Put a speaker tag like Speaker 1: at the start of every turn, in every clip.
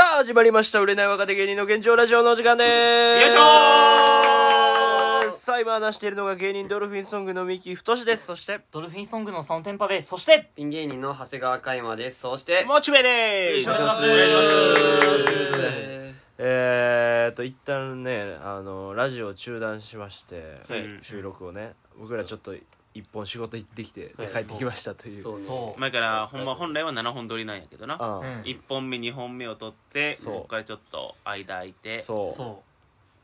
Speaker 1: あ、始まりました。売れない若手芸人の現状ラジオのお時間でーす。
Speaker 2: よいしょー
Speaker 1: さあ、今話しているのが芸人ドルフィンソングの三木太志です。そして、
Speaker 3: ドルフィンソングのそのテンパで、そして、
Speaker 4: ピン芸人の長谷川海馬です。そして、
Speaker 2: モチベです
Speaker 3: お願いします
Speaker 4: え
Speaker 1: えーと、一旦ね、あの、ラジオを中断しまして、
Speaker 4: はい
Speaker 1: 収録をね、僕らちょっと一本仕事行ってきて、で
Speaker 4: はい
Speaker 1: 帰ってきましたとい
Speaker 4: ー
Speaker 1: う。
Speaker 4: そうね。
Speaker 3: そう
Speaker 2: 前からほんま本来は7本撮りなんやけどな
Speaker 1: ああ
Speaker 3: うん
Speaker 2: 1本目2本目を撮って
Speaker 1: そう
Speaker 2: こっからちょっと間空いてう
Speaker 1: そう。っ
Speaker 3: そ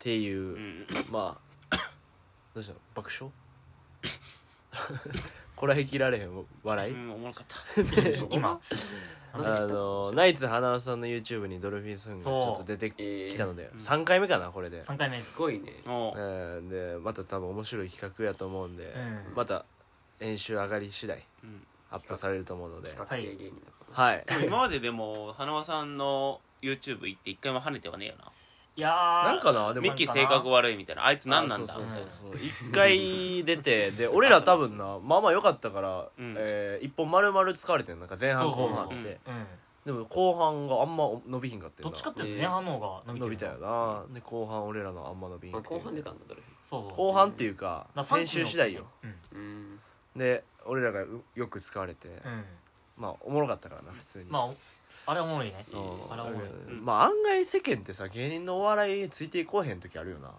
Speaker 1: ていう、
Speaker 2: ん
Speaker 1: まあ、 どうしたの爆笑 こらえきられへん笑い、
Speaker 2: うんおもろかった
Speaker 3: う、今、
Speaker 1: あのナイツ花さんの YouTube にドルフィンソングがち
Speaker 3: そう
Speaker 1: ょっと出てきたので、3回目かなこれで、
Speaker 3: 3回目です
Speaker 4: す。ごいね。
Speaker 2: おう
Speaker 1: えーでまた多分面白い企画やと思うんで、
Speaker 3: うん
Speaker 1: また編集上がり次第
Speaker 2: うん
Speaker 1: アップされると思うので
Speaker 4: 学
Speaker 3: はい
Speaker 4: 芸芸人だ か
Speaker 1: はい
Speaker 2: でも今まででも花輪さんの YouTube 行って一回も跳ねてはねえよ
Speaker 3: いやー、
Speaker 1: なんかなでも
Speaker 2: なミッキー性格悪いみたいなあいつ何なんだ
Speaker 1: あそう
Speaker 2: み
Speaker 1: そ
Speaker 2: たいうな
Speaker 1: そうそう一回出てで俺ら多分なまあまあ良かったから、
Speaker 2: うん
Speaker 1: えー一本丸々使われてるなんか前半
Speaker 3: そうそ
Speaker 1: 後
Speaker 3: う
Speaker 1: 半って、
Speaker 3: うん。
Speaker 1: でも後半があんま伸びひんかった
Speaker 3: ど
Speaker 1: よ
Speaker 3: っ
Speaker 1: な
Speaker 3: ちかっていうと前半の方が伸びて
Speaker 1: 伸
Speaker 3: る。
Speaker 1: びたよ。なで後半俺らのあんま伸びひん
Speaker 4: ら。まあ、
Speaker 1: くて
Speaker 4: 後半出たんだ、どれ。
Speaker 3: そうそう。
Speaker 1: 後半っていうか
Speaker 3: だから
Speaker 1: 編集次第よ。
Speaker 3: うん。
Speaker 4: うん。
Speaker 1: で俺らがうよく使われて、
Speaker 3: うん。
Speaker 1: まあおもろかったからな普通に
Speaker 3: まあ、あれはおもろいね。
Speaker 1: うん
Speaker 3: あれはおもろい
Speaker 1: うんまあ案外世間ってさ芸人のお笑いについていこうへん時あるよな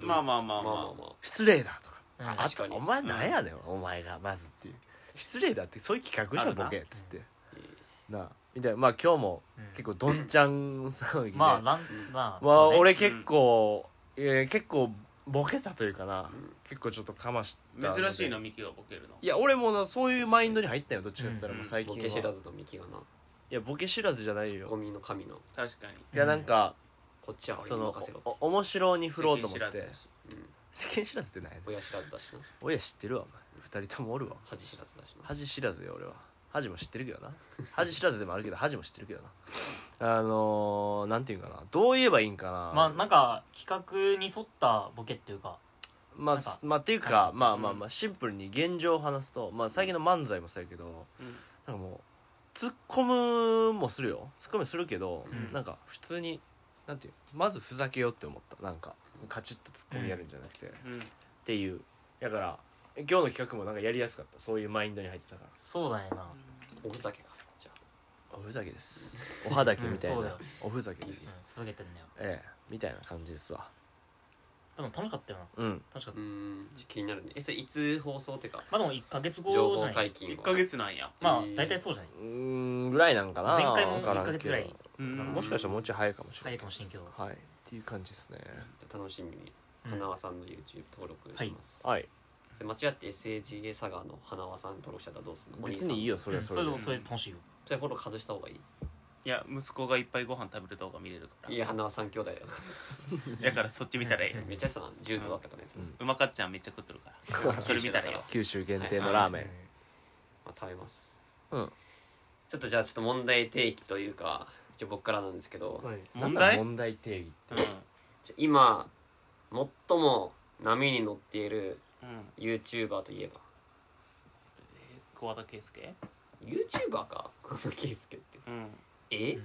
Speaker 2: まあまあまあ
Speaker 4: まあまあ
Speaker 2: ま
Speaker 4: まあ。
Speaker 1: 失礼だとか
Speaker 3: うん
Speaker 1: あ
Speaker 4: 確か
Speaker 1: と
Speaker 4: に
Speaker 1: お前なんやねん、お前がまずっていう失礼だってそういう企画じゃん
Speaker 2: あるな
Speaker 1: ボケっつって、なあみたいなまあ今日も結構どんちゃん騒ぎで、
Speaker 3: まあ、ラン、まあ、
Speaker 1: まあ
Speaker 3: そうね
Speaker 1: 俺結構、えー結構ボケたというかな、結構ちょっとかましたの
Speaker 2: あ
Speaker 1: で
Speaker 2: 珍しいのミキがボケるの
Speaker 1: いや俺もなそういうマインドに入ったよどっちかって言ったら
Speaker 2: うん
Speaker 1: もう最近
Speaker 4: ボ
Speaker 1: は
Speaker 4: ケ知らずのミキがな。
Speaker 1: いやボケ知らずじゃない
Speaker 4: ツッコ
Speaker 1: よ
Speaker 4: ミの神の。
Speaker 2: 確かに
Speaker 1: いやなんか、
Speaker 4: こっちは俺
Speaker 1: そ
Speaker 4: に
Speaker 1: の
Speaker 4: 任せろって。
Speaker 1: おお面白に振ろうと思
Speaker 2: 世間
Speaker 1: っ
Speaker 2: 知
Speaker 1: て
Speaker 2: らずだし
Speaker 4: うん。
Speaker 1: 世間知らずってない
Speaker 4: 親知らずだしな。
Speaker 1: 親知ってるわお前二人ともおるわ
Speaker 4: 恥知らずだしな。
Speaker 1: 恥知らずよ俺は恥も知ってるけどな恥知らずでもあるけど恥も知ってるけどなあのー、なんていうんかなどう言えばいいんかな
Speaker 3: まあ、なんか、企画に沿ったボケっていうか、
Speaker 1: まあ
Speaker 3: なんか
Speaker 1: まあっていう
Speaker 3: 話し
Speaker 1: か
Speaker 3: て
Speaker 1: まあまあまあシンプルに現状を話すとまあ最近の漫才もそうやけど、
Speaker 2: うん
Speaker 1: なんかもう突っ込むもするよ突っ込みするけど、
Speaker 3: うん
Speaker 1: なんか普通になんていうまずふざけようって思ったなんかカチッと突っ込みやるんじゃなくて、っ
Speaker 2: うん
Speaker 1: ていうだから今日の企画もなんかやりやすかったそういうマインドに入ってたから
Speaker 3: そうだねな。
Speaker 4: おふざけか。じゃあ。
Speaker 1: おふざけですおはだけみたいな、
Speaker 3: うんそうだよ
Speaker 1: おふざけ
Speaker 3: うん
Speaker 1: です、
Speaker 3: ふざけてんねよ。
Speaker 1: ええみたいな感じですわ
Speaker 3: でも楽しかったよ
Speaker 1: う
Speaker 3: な。
Speaker 1: ん
Speaker 3: 楽しかっ
Speaker 4: う
Speaker 3: た。
Speaker 4: ん。ちょ気になるね。え、それいつ放送ってか。
Speaker 3: まあでも1ヶ月
Speaker 4: 情
Speaker 3: 後じ
Speaker 4: 報
Speaker 3: ゃない
Speaker 4: 解禁
Speaker 2: 1
Speaker 4: は。
Speaker 2: ヶ月なんや
Speaker 3: まあ、大体そうじゃないう
Speaker 1: ーんぐらいなんかな
Speaker 3: 前回も
Speaker 1: わからん
Speaker 3: 1ヶ月ぐらい
Speaker 2: うん
Speaker 1: けどもしかしたらもうちょい早いかもしれな
Speaker 3: 早
Speaker 1: い
Speaker 3: いかもしれんけど。
Speaker 1: はい、っていう感じですね。
Speaker 4: 楽しみに。
Speaker 3: うん
Speaker 4: 花輪さんの YouTube 登録します。
Speaker 1: はい、
Speaker 4: それ間違って SAGA サガの花輪さん登録しちゃったらどうするの
Speaker 1: 別にいいよ、
Speaker 4: お兄さん
Speaker 1: それは
Speaker 3: そ
Speaker 1: そ
Speaker 3: れ
Speaker 1: れ
Speaker 3: で
Speaker 1: で。
Speaker 3: もそれ楽しいよ
Speaker 4: それフォロー外した方がいい
Speaker 2: いや息子がいっぱいご飯食べる動画見れるから
Speaker 4: いや花は三兄弟だよ
Speaker 2: だからそっち見たらええ
Speaker 4: めっちゃさ柔道だったからね、
Speaker 1: うん
Speaker 2: うまかっちゃんめっちゃ食っとるからそれ見たらよ
Speaker 1: 九州限定のラーメン。
Speaker 4: まあ、食べます
Speaker 1: うん
Speaker 4: ちょっとじゃあちょっと問題提起というか一応僕からなんですけど、
Speaker 3: はい
Speaker 2: 問題
Speaker 1: 問題定義。
Speaker 2: うん
Speaker 4: ちょ今最も波に乗っている
Speaker 2: うん、
Speaker 4: YouTuber といえば
Speaker 2: 桑田佳祐
Speaker 4: YouTuber かこのケースケって
Speaker 2: うん
Speaker 4: え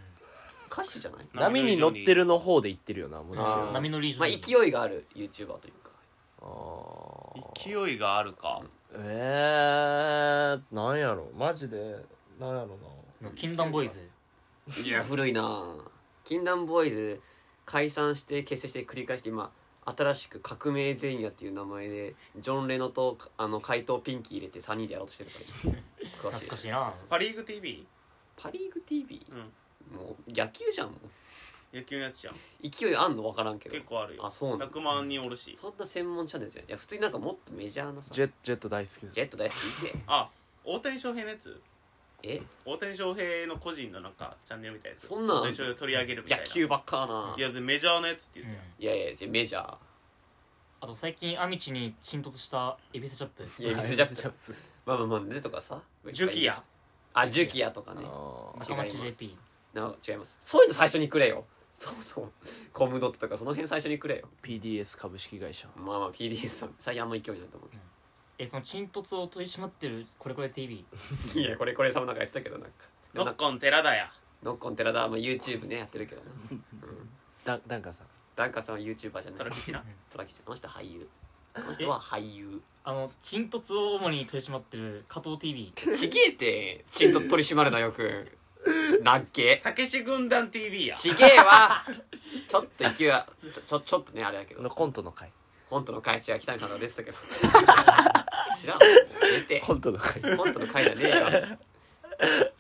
Speaker 4: 歌手じゃない
Speaker 1: 波に乗ってるの方で言ってるよな、もちろん。
Speaker 4: あー
Speaker 3: 波乗り以上
Speaker 4: まあ
Speaker 3: に
Speaker 4: 勢いがある YouTuber というか
Speaker 1: あー
Speaker 2: 勢いがあるか
Speaker 1: えー、なんやろ、マジで、なんやろ
Speaker 3: 禁断ボーイズ
Speaker 4: いや古いなあ禁断ボーイズ解散して結成して繰り返して今新しく革命前夜っていう名前でジョン・レノとかあの怪盗ピンキー入れて3人でやろうとしてるから
Speaker 3: 懐かしいな
Speaker 2: パ・リーグ TV
Speaker 4: パ・リーグ TV
Speaker 2: うん
Speaker 4: もう野球じゃんもう
Speaker 2: 野球のやつじゃん
Speaker 4: 勢いあんの分からんけど
Speaker 2: 結構あるよ
Speaker 4: あそうなんだ
Speaker 2: 100万人おるし
Speaker 4: そんな専門チャンネルじゃんいや普通になんかもっとメジャーなさジ
Speaker 1: ジェジェット大好きです。
Speaker 4: ェット大好きで
Speaker 2: あ大谷翔平のやつ
Speaker 4: え
Speaker 2: 大谷翔平の個人のなんかチャンネルみたいなやつ
Speaker 4: そんなん
Speaker 2: 大谷翔平取り上げるみたい
Speaker 4: 野
Speaker 2: な
Speaker 4: 球ばっかない
Speaker 2: やでメジャーのやつって
Speaker 3: う
Speaker 2: 言
Speaker 3: ん
Speaker 2: ってたよ
Speaker 4: いやいやメジャー
Speaker 3: あと最近アミチに浸透したエビスチャップ
Speaker 4: いやジャップまあまあまあねとかさ
Speaker 2: ジュキヤ
Speaker 4: あジュキヤとかね
Speaker 1: あー
Speaker 3: 仲
Speaker 4: 違い
Speaker 3: 町
Speaker 4: ます
Speaker 3: JP
Speaker 4: な違いますそういうの最初にくれよそうそうコムドットとかその辺最初にくれよ
Speaker 1: PDS 株式会社。
Speaker 4: まあまあ PDS さん最近あんま勢いないと思う
Speaker 3: えその浸透を取り締まってるこれこれ TV
Speaker 4: けどいやこれこれさんもなんかやってたけどなんかで
Speaker 2: ノ
Speaker 4: もなん
Speaker 2: ッ
Speaker 4: か
Speaker 2: コン寺田や
Speaker 4: ノッコン寺田、まあ、YouTube ねやってるけどな、うん、
Speaker 1: ダンダンカンさん
Speaker 4: ダンカさんは YouTuber じゃない
Speaker 2: トラキチな
Speaker 4: トラキチあの人は俳優あの人は俳優
Speaker 3: あのチントツを主に取り締まってる加藤 TV
Speaker 4: ちげえてちんと取り締まるなよくなっけ
Speaker 2: たけし軍団 TV や
Speaker 4: ちげえわちょっと勢いはちょちょちょっとねあれだけど
Speaker 1: のコントの回
Speaker 4: コントの会長は北見さんのでしたけど知らん出て
Speaker 1: コントの回
Speaker 4: コントの会じゃね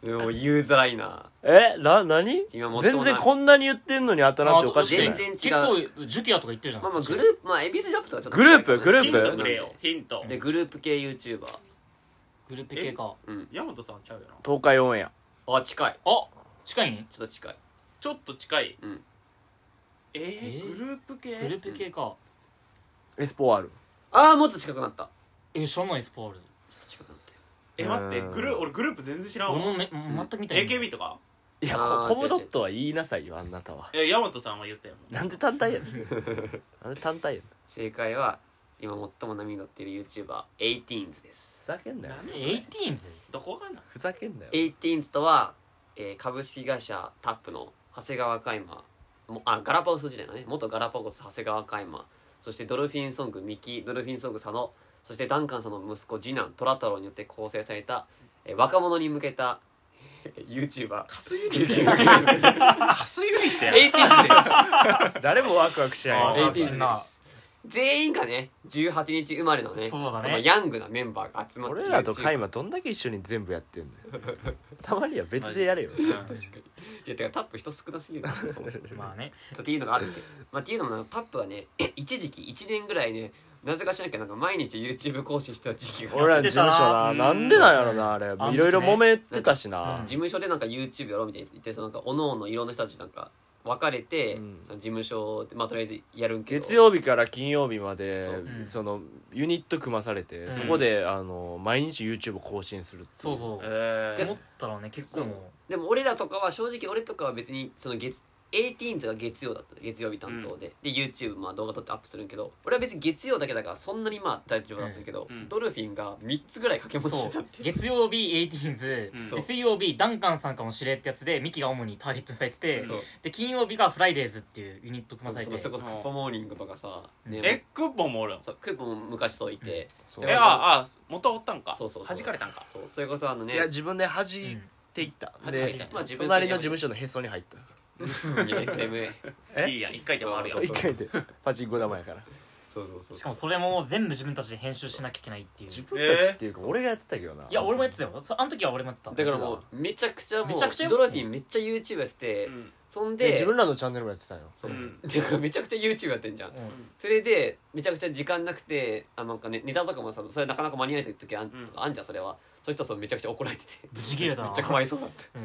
Speaker 4: えよもう言うづらいな
Speaker 1: えな何
Speaker 4: 今もっとも
Speaker 1: 全
Speaker 4: な
Speaker 1: 然こんなに言ってんのにあたなっておかしくない
Speaker 4: 全然違う
Speaker 3: 結構ジュキヤとか言ってるじゃん
Speaker 4: まあまあグループまあ恵比寿ジョブとかちょっと
Speaker 1: グループグループ
Speaker 2: ヒントくれよヒント
Speaker 4: でグループ系 YouTuber
Speaker 3: グループ系か
Speaker 4: うん
Speaker 2: 大和さんちゃうよな
Speaker 1: 東海オンエア
Speaker 4: あ近い
Speaker 3: あ近いん
Speaker 4: ちょっと近い
Speaker 2: ちょっと近い
Speaker 4: うん
Speaker 2: えー、
Speaker 3: えー
Speaker 2: グループ系
Speaker 3: グループ系か
Speaker 1: エスポワール
Speaker 4: ああもっと近くなった
Speaker 3: え知らないスポール
Speaker 4: 近くなったよ
Speaker 2: え待って
Speaker 1: うん
Speaker 2: グルー俺グループ全然知らん
Speaker 3: 俺も
Speaker 2: わ
Speaker 3: め全く見たい
Speaker 2: AKB とか
Speaker 1: いや
Speaker 4: あー
Speaker 1: ココムドットは言いなさいよあなたは
Speaker 2: え大和さんは言ったよ
Speaker 1: なんで単体やねんなんで単体やねん
Speaker 4: 正解は今最も波に乗っている YouTuber18s です
Speaker 1: ふざけんなよ
Speaker 2: 何
Speaker 3: エイティーンズ
Speaker 2: どこがな
Speaker 1: ふざけんなよ
Speaker 4: 18s とは、えー株式会社タップの長谷川海馬もあガラパゴス時代のね元ガラパゴス長谷川海馬そしてドルフィンソングミキドルフィンソング佐野そしてダンカンさんの息子次男虎太郎によって構成された、えー若者に向けた YouTuber18s
Speaker 2: カスユリって
Speaker 4: です
Speaker 2: カスユリって
Speaker 1: 誰もワクワクしない
Speaker 3: あ
Speaker 1: よ
Speaker 3: ーみんな
Speaker 4: 全員がね18日生まれのね
Speaker 3: そうだね
Speaker 4: このヤングなメンバーが集まって
Speaker 1: 俺らとカイ
Speaker 4: マ
Speaker 1: マどんだけ一緒に全部やってんのよ たまには別でやれよ
Speaker 4: いやてかタップ人少なすぎるなそもそも
Speaker 3: まあね
Speaker 4: そうっていうのがあるって、まあ、っていうのもなんかタップはね 一時期1年ぐらいねなぜかしなきゃなんか毎日 YouTube 更新してた時期 が
Speaker 1: 俺らの事務所な
Speaker 2: うん
Speaker 1: なんでなんやろなあれ
Speaker 3: の時ね
Speaker 1: いろいろ揉めてたしな
Speaker 3: うん
Speaker 4: 事務所でなんか YouTube やろうみたいに言ってそのなんかおのおのいろんな人たちなんか分かれて、
Speaker 1: うん
Speaker 4: その事務所で、まあ、とりあえずやるんけど
Speaker 1: 月曜日から金曜日まで
Speaker 4: そう
Speaker 3: うん
Speaker 1: そのユニット組まされて
Speaker 3: うん
Speaker 1: そこであの毎日 YouTube 更新するってい
Speaker 3: そうそう
Speaker 2: え
Speaker 3: 思
Speaker 2: ー
Speaker 3: ったらね結構も
Speaker 4: でも俺らとかは正直俺とかは別にその月 18s が月曜だった月曜日担当で、で YouTube まあ動画撮ってアップするんけど俺は別に月曜だけだからそんなにまあ大丈夫だったけど、
Speaker 2: うんうん
Speaker 4: ドルフィンが3つぐらい掛け
Speaker 3: う
Speaker 4: 持ち
Speaker 3: そ
Speaker 4: してた
Speaker 3: う月曜日エイティーンズ
Speaker 2: うん
Speaker 4: そう
Speaker 3: で水曜日ダンカンさんかもしれってやつでミキが主にターゲットにされてて
Speaker 4: そう
Speaker 3: で金曜日がフライデーズっていうユニット組まされ
Speaker 4: そ
Speaker 3: て
Speaker 4: のそこ
Speaker 2: うん
Speaker 4: クッポモーニングとかさ、ね
Speaker 2: えクーポンもおるん
Speaker 4: そうクッポも昔そういて、
Speaker 1: そううん
Speaker 2: えああ元おったんか
Speaker 4: そうそうそう
Speaker 2: 弾かれたんか
Speaker 4: そうそれこそあのね
Speaker 1: いや自分で弾
Speaker 3: う
Speaker 1: い
Speaker 3: ん
Speaker 1: ていった
Speaker 4: まあ
Speaker 1: で
Speaker 4: 自分まあ自分
Speaker 1: 隣の事務所のへそに入った
Speaker 4: 所 SMA
Speaker 1: え
Speaker 2: いいやん一回でもあるやん
Speaker 4: そう
Speaker 1: 一回でパチンコ玉やから
Speaker 4: そうそうそう
Speaker 3: しかもそれも全部自分たちで編集しなきゃいけないっていう
Speaker 1: 自
Speaker 3: い
Speaker 1: 分たちっていうか俺がやってたけどない
Speaker 3: や俺もやってたよそあの時は俺もやってた
Speaker 4: だからもうめちゃくちゃも
Speaker 3: めちゃくちゃ
Speaker 4: うドルフィンめっちゃ YouTube やってて、
Speaker 2: うん
Speaker 4: そんで
Speaker 1: で自分らのチャンネルもやってたよ
Speaker 4: そう、
Speaker 2: うん
Speaker 4: てかめちゃくちゃ YouTube やってんじゃん
Speaker 3: うん
Speaker 4: それでめちゃくちゃ時間なくてあのなんか、ね、ネタとかもさそれなかなか間に合わない時あん,、
Speaker 2: うん
Speaker 4: とかあんじゃんそれはそしたらそうめちゃくちゃ怒られてて
Speaker 3: ブチ切れた
Speaker 4: め
Speaker 3: な
Speaker 4: っちゃかわいそうだった
Speaker 3: う、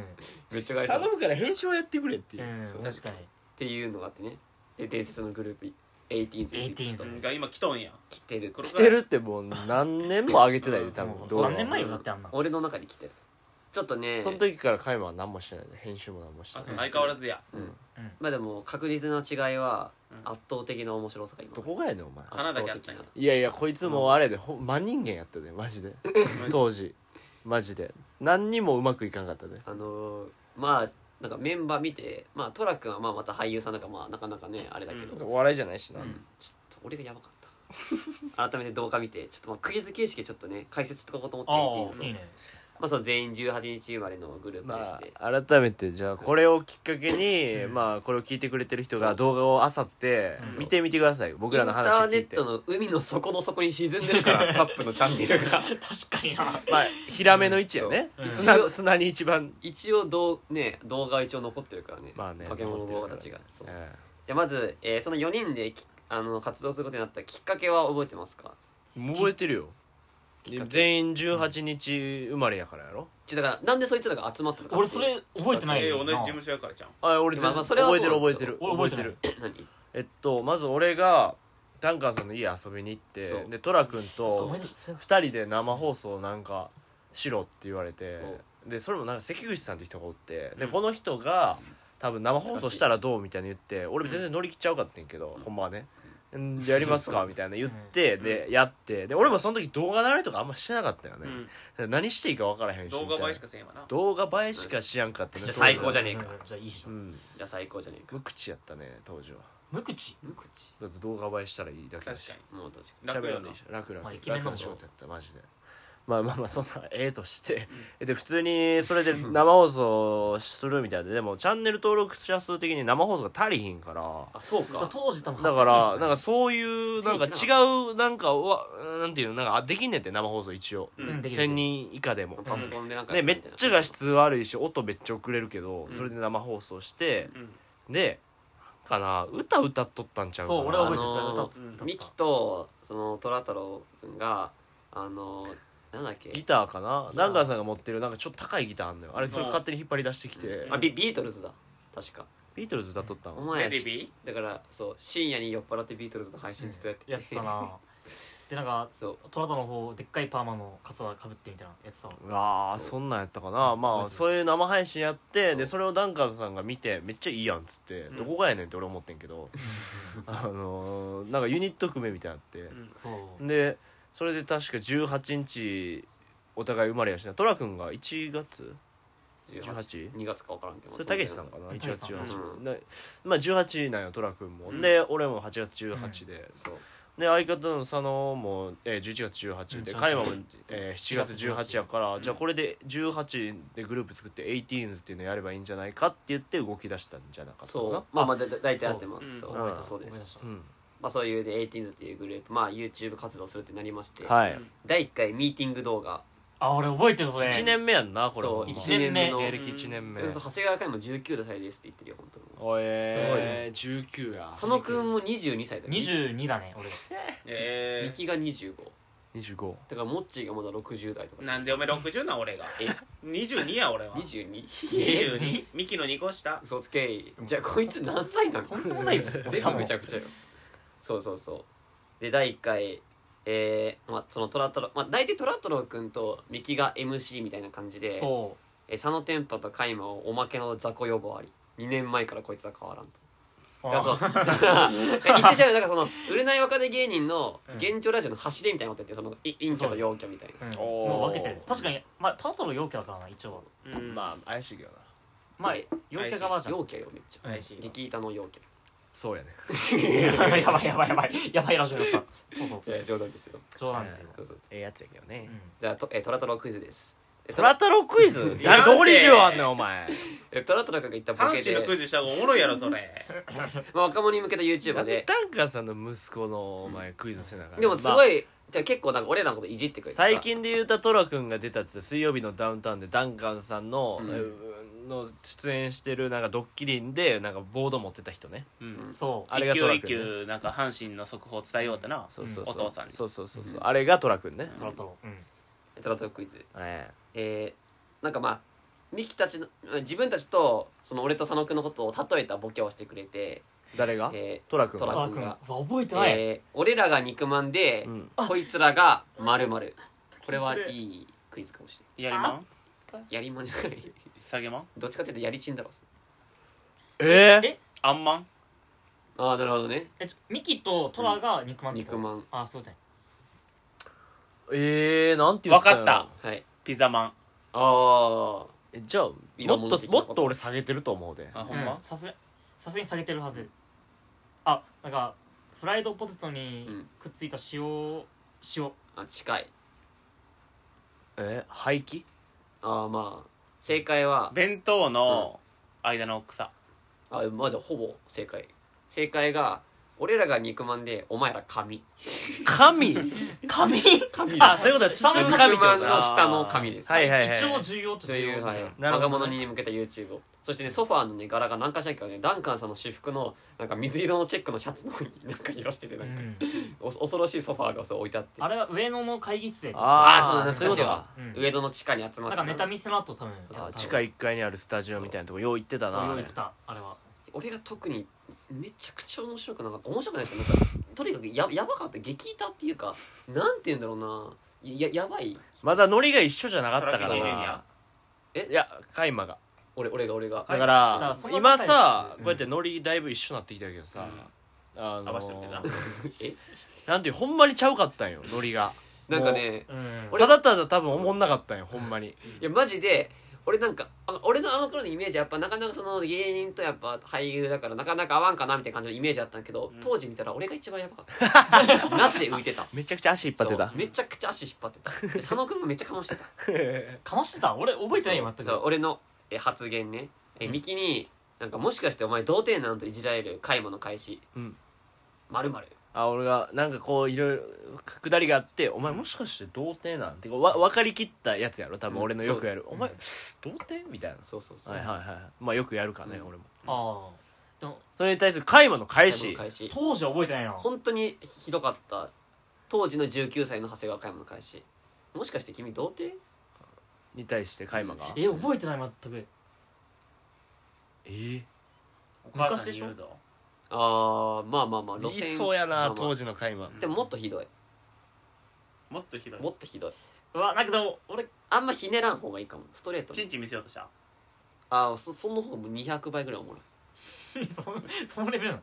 Speaker 4: めっちゃかわいそう
Speaker 1: 頼
Speaker 4: だったっ
Speaker 1: むから編集をやってくれっていうん
Speaker 3: うん
Speaker 1: そう、
Speaker 3: 確かに
Speaker 4: ていうのがあってねで伝説のグループ 18s っていう人
Speaker 2: うんが今来とんや
Speaker 4: 来てる
Speaker 2: 黒
Speaker 1: 来てるってもう何年も上げてないで多
Speaker 3: も
Speaker 1: 分
Speaker 3: う
Speaker 1: 動画
Speaker 3: 3年前よだってあんな
Speaker 4: 俺の中に来てるちょっとね
Speaker 1: その時からカイマは何もしてないね編集も何もして
Speaker 2: あ
Speaker 1: ない
Speaker 2: 相変わらずや
Speaker 4: まあでも確実な違いは
Speaker 2: うん
Speaker 4: 圧倒的な面白さが今
Speaker 1: どこがやねんお前
Speaker 2: 花だけあったんや
Speaker 4: 圧倒
Speaker 1: いやいやこいつもうあれでほん真人間やったでマ ジで当時マジで何にもうまくいかんかったで
Speaker 4: 的なあのーまあなんかメンバー見てまあトラ君はまあまた俳優さんだからまあなかなかねあれだけど、
Speaker 2: うん
Speaker 4: ちょっ
Speaker 1: お笑いじゃないしな
Speaker 2: うん
Speaker 4: と俺がやばかった 改めて動画見てちょっとまあクイズ形式でちょっとね解説とかこうと思っ
Speaker 3: あ
Speaker 4: て18
Speaker 3: あい いね
Speaker 4: まあその全員18日生まれのグループでし
Speaker 1: ま
Speaker 4: て、
Speaker 1: あ改めてじゃあこれをきっかけにまあこれを聞いてくれてる人が動画をあさって
Speaker 3: うん
Speaker 1: 見てみてください僕らの話
Speaker 4: インターネ
Speaker 1: 聞い
Speaker 4: ッ
Speaker 1: て
Speaker 4: トの海の底の底に沈んでるからタップのチャンネル
Speaker 3: 確
Speaker 4: が
Speaker 3: かにな
Speaker 1: まあヒラメの位置やね
Speaker 3: うん
Speaker 1: 砂砂に一番
Speaker 4: 一応どう、ね、動画は一応残ってるからね
Speaker 1: まあね
Speaker 4: 化け物動画たちがそう
Speaker 1: え
Speaker 4: じゃあまず、えーその4人できあの活動することになったきっかけは覚えてますか
Speaker 1: え覚えてるよ
Speaker 4: きっかけ
Speaker 1: 全員18日生まれやからやろ
Speaker 4: ちょだからなんでそいつらが集まったのか
Speaker 3: 俺それ覚えてな
Speaker 2: え
Speaker 3: い
Speaker 2: ー
Speaker 3: よ
Speaker 2: 同じ
Speaker 3: な
Speaker 2: 事務所やからじゃん
Speaker 1: あ俺
Speaker 4: ま
Speaker 1: 全
Speaker 4: あまあ
Speaker 1: 部
Speaker 4: それはそ
Speaker 1: 覚
Speaker 4: う
Speaker 1: えてる覚えてる
Speaker 3: 俺覚えてない
Speaker 4: 何
Speaker 1: えっとまず俺がダンカンさんの家遊びに行っ
Speaker 4: そ
Speaker 1: て
Speaker 4: う
Speaker 1: でトラ君
Speaker 3: そう
Speaker 1: と
Speaker 3: 思い出した
Speaker 1: 2人で生放送なんかしろって言われて
Speaker 4: そ
Speaker 1: でそれもなんか関口さんって人がおってでこの人が多分生放送したらどうみたいに言って俺全然乗り切っちゃうかってんけどほんまはねんじゃあやりますかみたいな言って
Speaker 2: うん
Speaker 1: でやってで俺もその時動画慣れとかあんましてなかったよね、
Speaker 2: う
Speaker 1: 何していいか分からへん
Speaker 2: ん、
Speaker 1: し
Speaker 2: 動画映えし
Speaker 1: か
Speaker 2: かせんわな
Speaker 1: 動画映えしかしやんかったね
Speaker 4: じゃあ
Speaker 1: 当時
Speaker 4: 最高じゃねえか
Speaker 3: じゃあいいじゃ
Speaker 1: うんん
Speaker 4: じゃあ最高じゃねえか
Speaker 1: 無口やったね当時は
Speaker 3: 無口
Speaker 4: 無口
Speaker 1: だって動画映えしたらいいだけだ
Speaker 2: 確
Speaker 1: し
Speaker 2: か
Speaker 4: もう確か
Speaker 2: に楽
Speaker 1: 喋ら
Speaker 2: よ
Speaker 1: んで
Speaker 2: な
Speaker 1: い
Speaker 2: い
Speaker 1: し楽楽
Speaker 3: まあイケメンだもん
Speaker 1: 楽な仕事やったマジでまあまあまあそんなええとしてで普通にそれで生放送するみたいででもチャンネル登録者数的に生放送が足りひんから
Speaker 4: あそう
Speaker 3: そう
Speaker 4: か
Speaker 3: 当時多分
Speaker 1: だからなんかそういうなんか違
Speaker 4: ついてな
Speaker 1: うなんかうわなんていうのなんかあできんねんって生放送一応
Speaker 2: う
Speaker 3: うん
Speaker 2: ん
Speaker 3: できる
Speaker 1: 1000人以下でも
Speaker 4: パソコンでなんか
Speaker 1: ね
Speaker 4: や
Speaker 1: め
Speaker 4: て
Speaker 1: っ
Speaker 4: みたいな
Speaker 1: ちゃ画質悪いし音めっちゃ遅れるけど
Speaker 2: うん
Speaker 1: それで生放送して
Speaker 2: うん
Speaker 1: でかな歌歌っとったんちゃうかな
Speaker 3: そう俺は覚えて
Speaker 4: あ
Speaker 3: るそ
Speaker 4: のー
Speaker 3: れ歌を作った
Speaker 4: ミキとその虎太郎くんがあのなんだっ
Speaker 1: ギ
Speaker 4: け
Speaker 1: ターかな
Speaker 4: そう
Speaker 1: ダンガンさんが持ってるなんかちょっと高いギターあんのよあれそれ
Speaker 2: うん
Speaker 1: 勝手に引っ張り出してきて
Speaker 4: あビビートルズだ確か
Speaker 1: ビートルズ歌っとった
Speaker 4: お
Speaker 1: の
Speaker 4: 前
Speaker 2: レ
Speaker 4: ら
Speaker 2: デ
Speaker 4: し
Speaker 2: ィビ
Speaker 4: だからそう深夜に酔っ払ってビートルズの配信ずっとやって
Speaker 3: やってたな でなんか
Speaker 4: そう
Speaker 3: トラタの方でっかいパーマのカツラかぶってみたいなやつだ
Speaker 1: うわあ
Speaker 4: そう
Speaker 1: そんなんやったかなま
Speaker 3: う
Speaker 1: あ
Speaker 3: ん
Speaker 1: そういう生配信やって
Speaker 4: そう
Speaker 1: でそれをダンカンさんが見てめっちゃいいやんっつって
Speaker 2: ん
Speaker 1: どこがやねんって俺思ってんけどあのーなんかユニット組めみたいにな
Speaker 2: ー、
Speaker 1: っ
Speaker 3: そ
Speaker 1: て
Speaker 3: う
Speaker 1: でそれで確か18日お互い生まれやしなトラ君が1月18
Speaker 4: 2月か分からんけど
Speaker 1: それたけしさんかな1月
Speaker 3: たけし
Speaker 4: さん
Speaker 1: 18なまあ18なんよトラ君も
Speaker 2: うん
Speaker 1: で俺も8月18で
Speaker 4: そう
Speaker 1: で相方の佐野も、えー、11月18で
Speaker 3: うん
Speaker 1: 加山
Speaker 3: 18
Speaker 1: も、えー、7月18やから、じゃあこれで18でグループ作って 18s っていうのやればいいんじゃないかって言って動き出したんじゃなかったか
Speaker 4: そ
Speaker 1: な
Speaker 4: うまあまあだだ大体合ってま
Speaker 2: そう
Speaker 4: すそう
Speaker 1: うん
Speaker 4: そうです
Speaker 1: う、ん、
Speaker 4: まあ、そういうで 18s っていうグループまあ YouTube 活動するってなりまして、
Speaker 1: はい、
Speaker 2: うん
Speaker 4: 第1回ミーティング動画
Speaker 3: あ俺覚えてるそれ
Speaker 1: 1年目やんなこれ
Speaker 4: そう
Speaker 1: ほんま
Speaker 4: 1年目の
Speaker 1: 芸歴1年
Speaker 4: そ
Speaker 1: 目
Speaker 4: れこそ長谷川海も19歳ですって言ってるよ本当に
Speaker 1: おえ
Speaker 3: え
Speaker 1: ー、すごい19や
Speaker 4: 佐野くんも22歳だよ
Speaker 3: 22だね俺
Speaker 4: ミ
Speaker 2: え
Speaker 4: キが25
Speaker 1: 25
Speaker 4: だからモッチーがまだ60代とか
Speaker 2: ー、なんでお前60なん俺が
Speaker 4: え
Speaker 2: 22や俺 は
Speaker 4: 22?
Speaker 2: 22ミキの2個下
Speaker 4: 嘘つけいじゃあこいつ何歳なの
Speaker 3: とんでもないぞ
Speaker 4: 全部めちゃくちゃよそうそうそうで第1回えー、まあそのトラトロまあ大体トラトロくんとミキが MC みたいな感じで
Speaker 3: そ
Speaker 4: えー佐野天パとカイマをおまけの雑魚呼ばわり2年前からこいつは変わらんと
Speaker 3: う
Speaker 4: だか らそうだから言ってしまえばだからその売れない若手芸人の
Speaker 3: うん
Speaker 4: 現状ラジオの走りみたいなことやってそのい陰キャと陽キャみたいな
Speaker 3: うん
Speaker 2: おー
Speaker 3: もう分けてる確かにまあトラタの陽キャだからな一応は
Speaker 2: うん
Speaker 1: まあ怪しいけどな
Speaker 3: まあ
Speaker 4: はい
Speaker 3: 陽キャ側じゃん
Speaker 4: 陽キャよめっちゃ
Speaker 3: うん
Speaker 2: 怪しいわ
Speaker 4: 激板の陽キ
Speaker 1: そうやね
Speaker 4: ャ
Speaker 3: やばいやばいやばいやばいラジオだったそうそう
Speaker 4: いや冗談ですよ
Speaker 3: 冗談ですよ
Speaker 4: そうそう
Speaker 1: ええやつやけどね、
Speaker 4: じゃあと、えー、トラトロクイズですえー
Speaker 1: トラ太郎クイズ
Speaker 2: いや
Speaker 1: 誰どこに需要あんねんお前
Speaker 4: えートラトロ君が言ったボケ
Speaker 2: 阪神
Speaker 4: で
Speaker 2: のクイズした方がおもろいやろそれ
Speaker 4: まあ、若者に向けた
Speaker 1: で
Speaker 4: YouTuber で
Speaker 1: ダンカンさんの息子のお前クイズせなあかん
Speaker 4: でもす
Speaker 1: まあ
Speaker 4: ごい、じゃあ結構なんか俺らのこといじってくれてさ
Speaker 1: 最近で言うたトラ君が出たって言った水曜日のダウンタウンでダンカンさんの,、
Speaker 4: うん
Speaker 1: えーの出演してるなんかドッキリでなんかボード持ってた人ね
Speaker 2: うん
Speaker 3: そ
Speaker 1: あれ
Speaker 2: 一
Speaker 1: がト
Speaker 2: 級
Speaker 1: ラ
Speaker 2: 一
Speaker 1: 君、ね、
Speaker 2: 級なんか阪神の速報伝えようってな
Speaker 1: そうそう
Speaker 2: お父さんに
Speaker 1: そうそうそうそう、
Speaker 4: うん
Speaker 1: あれがトラ君ね
Speaker 3: う、トラタロうん
Speaker 4: トラトロクイズ
Speaker 1: え
Speaker 4: えー、なんかまあミキたちの自分たちとその俺と佐野くんのことを例えたボケをしてくれて、
Speaker 1: え誰が、
Speaker 4: え
Speaker 1: トラ君
Speaker 4: トラ
Speaker 3: トラ
Speaker 4: 君
Speaker 3: 君う
Speaker 4: が
Speaker 3: わ覚えて
Speaker 4: ー
Speaker 3: ない
Speaker 4: えー俺らが肉まんで、
Speaker 1: うん
Speaker 4: こいつらがまるまるこれはいいクイズかもしれ
Speaker 2: やりまん
Speaker 4: ないやりまんじゃない
Speaker 2: 下げまん
Speaker 4: どっちかっていうとやりちんだろ
Speaker 1: えー
Speaker 3: え
Speaker 2: あんまん
Speaker 4: ああなるほどね
Speaker 3: えちょミキとトラが肉まんってこと
Speaker 4: 肉まん
Speaker 3: あそうだね
Speaker 1: えー、なんて言ったんやろ
Speaker 2: わかっ
Speaker 4: はい
Speaker 2: ピザマン
Speaker 4: ああ
Speaker 1: えじゃあも
Speaker 4: 色
Speaker 1: っ
Speaker 4: 物
Speaker 1: と
Speaker 4: 的
Speaker 1: も
Speaker 4: なこと
Speaker 1: っと俺下げてると思うで
Speaker 2: あほ
Speaker 3: うん
Speaker 2: ま、
Speaker 3: んさすがさすがに下げてるはずあなんかフライドポテトにくっついた塩塩
Speaker 4: あ近い
Speaker 1: え廃棄
Speaker 4: ああまあ正解は
Speaker 2: 弁当の間の草
Speaker 4: あまだほぼ正解正解が俺らが肉まんでお前ら紙
Speaker 1: 神
Speaker 3: 紙
Speaker 4: 紙
Speaker 1: あ そういうことだ
Speaker 3: 下
Speaker 1: 包
Speaker 3: の
Speaker 1: む神
Speaker 3: 紙
Speaker 4: 肉
Speaker 1: ってことだ
Speaker 4: まんの下の紙です
Speaker 1: はいはいはい
Speaker 3: 一応重要っちゃ
Speaker 4: と
Speaker 3: 重
Speaker 4: い
Speaker 3: 要
Speaker 4: う、はい、
Speaker 1: なるほど
Speaker 4: 若
Speaker 1: ね
Speaker 4: 者に向けた YouTube をそしてねソファーのね柄が何かしらかねダンカンさんの私服のなんか水色のチェックのシャツの方になんか色してて
Speaker 3: う
Speaker 4: なんか、
Speaker 3: ん、
Speaker 4: お恐ろしいソファーがそう置いてあって
Speaker 3: あれは上野の会議室で
Speaker 1: あ
Speaker 4: あ
Speaker 1: あ
Speaker 4: ー
Speaker 1: そ
Speaker 4: そうう
Speaker 1: いうこ
Speaker 4: いうことと
Speaker 1: か
Speaker 4: か
Speaker 3: うん
Speaker 4: 上戸の地下に集
Speaker 3: な
Speaker 4: まっ
Speaker 3: ん
Speaker 4: て
Speaker 3: かネタ見せの後多分
Speaker 4: あ
Speaker 1: 地下
Speaker 3: い
Speaker 1: 1階にあるスタジオみたいなとこよう行ってたな
Speaker 3: そう
Speaker 1: あ
Speaker 3: 言
Speaker 1: れ
Speaker 3: ってたあれは
Speaker 4: 俺が特にめちゃくちゃ面白くなかった面白くないですよなんかとにかくややばかった激痛っていうかなんて言うんだろうないややばい
Speaker 1: まだノリが一緒じゃなかったか
Speaker 2: トラックジー
Speaker 1: ら
Speaker 2: ニ
Speaker 1: な
Speaker 2: ア
Speaker 1: いやカイマが
Speaker 4: 俺俺が俺が
Speaker 1: だか
Speaker 4: はい
Speaker 1: ら
Speaker 3: だからその
Speaker 1: 今さ
Speaker 3: 中
Speaker 1: こ
Speaker 3: で
Speaker 1: うやってノリだいぶ一緒になってきたけどさ
Speaker 2: うん
Speaker 1: あの
Speaker 2: 合わせてみたいな
Speaker 4: え
Speaker 1: なんていうほんまにちゃうかったんよノリが
Speaker 4: なんかね
Speaker 3: うん
Speaker 1: ただただ多分おもんなかったんよほんまに
Speaker 4: いやマジで俺なんかあ俺のあの頃のイメージはやっぱなかなかその芸人とやっぱ俳優だからなかなか合わんかなみたいな感じのイメージだったんだけど、
Speaker 2: うん
Speaker 4: 当時見たら俺が一番やばかった マジで浮いてた
Speaker 1: めちゃくちゃ足引っ
Speaker 4: そうめちゃくちゃ足引っ張ってたで佐野くんもめっちゃかましてた
Speaker 3: かましてた俺覚えてないよ
Speaker 4: だ
Speaker 3: 全
Speaker 4: から
Speaker 3: く
Speaker 4: 俺のえ発言ねえ
Speaker 3: うん
Speaker 4: ミキになんかもしかしてお前童貞なんといじられる買い物開始
Speaker 1: うん
Speaker 4: まるまる
Speaker 1: あ俺がなんかこういろいろくだりがあって「お前もしかして童貞なん?」てかわ分かりきったやつやろ多分俺のよくやる「
Speaker 4: う
Speaker 1: お
Speaker 4: ん
Speaker 1: 前童貞?」みたいな
Speaker 4: そうそうそう、
Speaker 1: はいはいはいまあよくやるかね、
Speaker 4: うん
Speaker 1: 俺も
Speaker 3: ああでも
Speaker 1: それに対する会話の返
Speaker 4: 買い
Speaker 1: し
Speaker 4: 物開始
Speaker 3: 当時は覚えてないな
Speaker 4: 本当にひどかった当時の19歳の長谷川買い物開始もしかして君童貞
Speaker 1: に対して会話が
Speaker 3: え覚えてない全く
Speaker 1: えー、
Speaker 2: お母さんに言うぞ
Speaker 4: あーまあまあまあ
Speaker 1: 言いそうや
Speaker 4: まあ
Speaker 1: な
Speaker 4: まあ
Speaker 1: 当時の会話
Speaker 4: でももっとひどい
Speaker 2: もっとひどい
Speaker 4: もっとひどいう
Speaker 3: わなんかでも俺
Speaker 4: あんまひねらん方がいいかもストレート
Speaker 2: チンチン見せようとした
Speaker 4: ああそその方も200倍ぐらいおもろい
Speaker 3: そのそのレベルなの、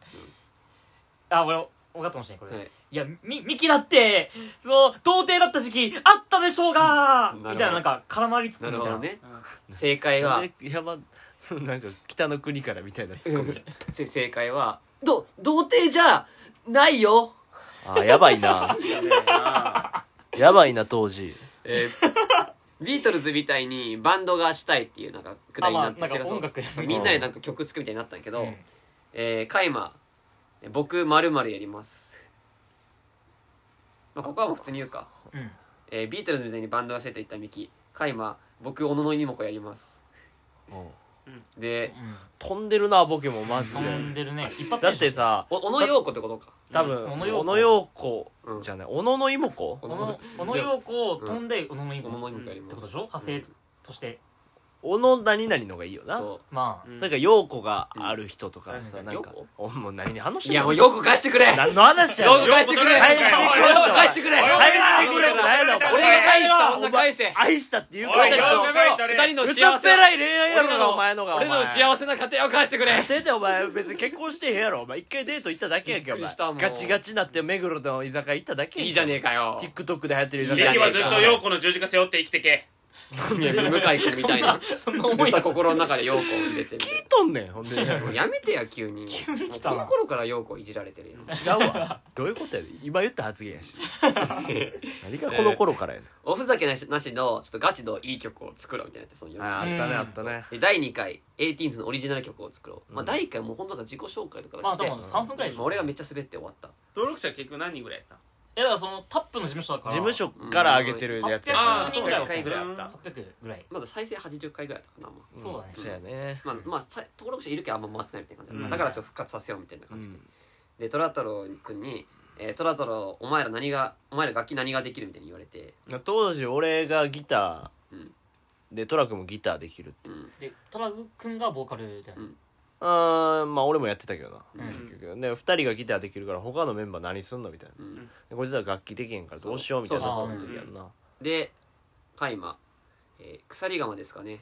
Speaker 3: あ俺分かったかもしれないこれ、、
Speaker 4: はいい
Speaker 3: やみミキだってそう童貞だった時期あったでしょうが、
Speaker 4: うん
Speaker 3: み
Speaker 4: な
Speaker 3: た
Speaker 4: るほど
Speaker 3: いななんか絡まりつくみ
Speaker 4: な
Speaker 3: た
Speaker 4: る
Speaker 3: い
Speaker 4: ほ
Speaker 3: な
Speaker 4: どね
Speaker 2: うん
Speaker 4: 正解は
Speaker 1: なんで山そうなんか北の国からみたいなツッコミ
Speaker 4: せ 正解はど童貞じゃないよ
Speaker 1: あーやばいな
Speaker 2: やべえな
Speaker 1: やばいな当時
Speaker 4: えー ビートルズみたいにバンドがしたいっていうなんかくだりになって
Speaker 3: あまあなんか
Speaker 4: それ
Speaker 3: 音
Speaker 4: が
Speaker 3: 楽
Speaker 4: そうみんなでなんか曲作るみたいになったんやけど、
Speaker 3: うん
Speaker 4: えー、カイマ僕まるやります、まあ、ここはもう普通に言うか
Speaker 3: うん
Speaker 4: えービートルズみたいにバンドがしてと言ったミキカイマ僕小野のにもこやりますで
Speaker 1: 飛んでるなボケもマジ
Speaker 3: うん、飛ん
Speaker 1: で
Speaker 3: でるね一発
Speaker 1: だってさ
Speaker 4: お小野陽子ってことか
Speaker 1: 多分
Speaker 3: うん
Speaker 1: 小野陽子
Speaker 4: うん
Speaker 1: じゃない小野の妹子
Speaker 4: 小
Speaker 3: こ
Speaker 4: 野の
Speaker 3: の小野陽子を
Speaker 4: うん
Speaker 3: 飛んで小野陽子
Speaker 4: 小
Speaker 3: っ
Speaker 4: 野のにもこやり
Speaker 3: てこ
Speaker 4: ま
Speaker 3: と
Speaker 4: す
Speaker 3: でしょ派生として
Speaker 1: 小野何々のがいいよな
Speaker 4: そ
Speaker 3: ま
Speaker 2: う
Speaker 3: あ
Speaker 2: ん
Speaker 1: それから陽子がある人とかさ
Speaker 4: うん
Speaker 1: なんか
Speaker 4: 陽
Speaker 1: おもう何に話し
Speaker 4: う
Speaker 1: て
Speaker 4: い
Speaker 1: んの
Speaker 4: やもう陽子返してくれ
Speaker 1: 何の話や
Speaker 4: 陽
Speaker 1: ねん
Speaker 4: 子返してくれ
Speaker 1: 返してくれ
Speaker 4: 返してくれ
Speaker 1: 返してくれ
Speaker 4: 俺
Speaker 1: って
Speaker 4: が
Speaker 1: 何やねんお前
Speaker 4: 返した女返せ
Speaker 1: 愛したって言うか
Speaker 2: おい
Speaker 1: ら
Speaker 4: 俺
Speaker 2: 陽
Speaker 4: た
Speaker 2: 子返して
Speaker 4: ち
Speaker 2: 俺
Speaker 4: の二人の
Speaker 1: うさ
Speaker 4: 幸
Speaker 1: っ
Speaker 4: せ
Speaker 1: ぺらい恋愛やろ
Speaker 4: 俺
Speaker 1: がお前のがお
Speaker 4: 俺
Speaker 1: 前
Speaker 4: らの幸せな家庭を返してくれ
Speaker 1: 手でお前別に結婚してへんやろお前一回デート行っただけやんけお
Speaker 4: びっくり
Speaker 1: 前
Speaker 4: したもん
Speaker 1: ガチガチなって目黒の居酒屋行っただけやんけ
Speaker 4: いいじゃねえかよ
Speaker 1: TikTok で流行ってる居酒
Speaker 4: いいじ
Speaker 1: 屋
Speaker 4: ゃ
Speaker 2: ミ
Speaker 4: ね
Speaker 2: キ
Speaker 4: えか
Speaker 2: はずっと陽子の十字架背負って生きてけ
Speaker 4: いや向井君みたいな
Speaker 3: そんな思いが
Speaker 4: 心の中で陽子を入れてみたい
Speaker 1: 聞いとんねんほんで違
Speaker 4: なもうやめてや急にもう
Speaker 3: 来
Speaker 4: こ
Speaker 3: たな
Speaker 4: の頃から陽子をいじられてるよ
Speaker 1: うわどういうことやねん今言った発言やし何がこの頃からやねん
Speaker 4: おふざけなしなしのちょっとガチのいい曲を作ろうみたいなやつその
Speaker 1: あーあったね
Speaker 3: うん
Speaker 1: あったね
Speaker 4: で第2回 18s のオリジナル曲を作ろう、まあ、
Speaker 1: うん
Speaker 4: 第1回もうほんとなんか自己紹介とか
Speaker 3: まあ
Speaker 4: 来
Speaker 3: で
Speaker 4: て
Speaker 3: も3分くらいでし
Speaker 4: まあ
Speaker 3: ょ
Speaker 4: 俺がめっちゃ滑って終わった
Speaker 2: 登録者結局何人ぐらいやった
Speaker 3: えだからそのタップの事務所だから
Speaker 1: 事務所から上げてるやつや
Speaker 3: うん
Speaker 1: か
Speaker 2: あ
Speaker 1: ら
Speaker 2: あ
Speaker 3: 800
Speaker 2: そう
Speaker 3: 人ぐらい
Speaker 2: だ
Speaker 3: は
Speaker 2: 100ぐらいあった
Speaker 3: 800ぐらい
Speaker 4: まだ再生80回ぐらいだったかな、ま
Speaker 3: そうだね
Speaker 1: そうやね
Speaker 4: あまあ、まあさ登録者いるけどあんま回ってないみたいな感じだった、
Speaker 1: うん
Speaker 4: だからちょっと復活させようみたいな
Speaker 1: う
Speaker 4: 感じで、
Speaker 1: ん
Speaker 4: でトラ太郎君に、えー「トラ太郎お前ら何がお前ら楽器何ができる?」みたいに言われて、
Speaker 1: 当時俺がギタ
Speaker 4: うん
Speaker 1: ーでトラ君もギターできるって
Speaker 4: うん、
Speaker 3: でトラグ君がボーカルだよね
Speaker 1: うーんまあ俺もやってたけどな
Speaker 4: うん
Speaker 1: 結局で2人がギターできるから他のメンバー何すんのみたいな
Speaker 4: うん
Speaker 1: でこいつら楽器できへんからどうしようみたいな
Speaker 3: そ
Speaker 1: そうう
Speaker 3: そう
Speaker 1: な
Speaker 3: そう
Speaker 1: 時やんな
Speaker 4: でカイマ、えー鎖釜ですか ね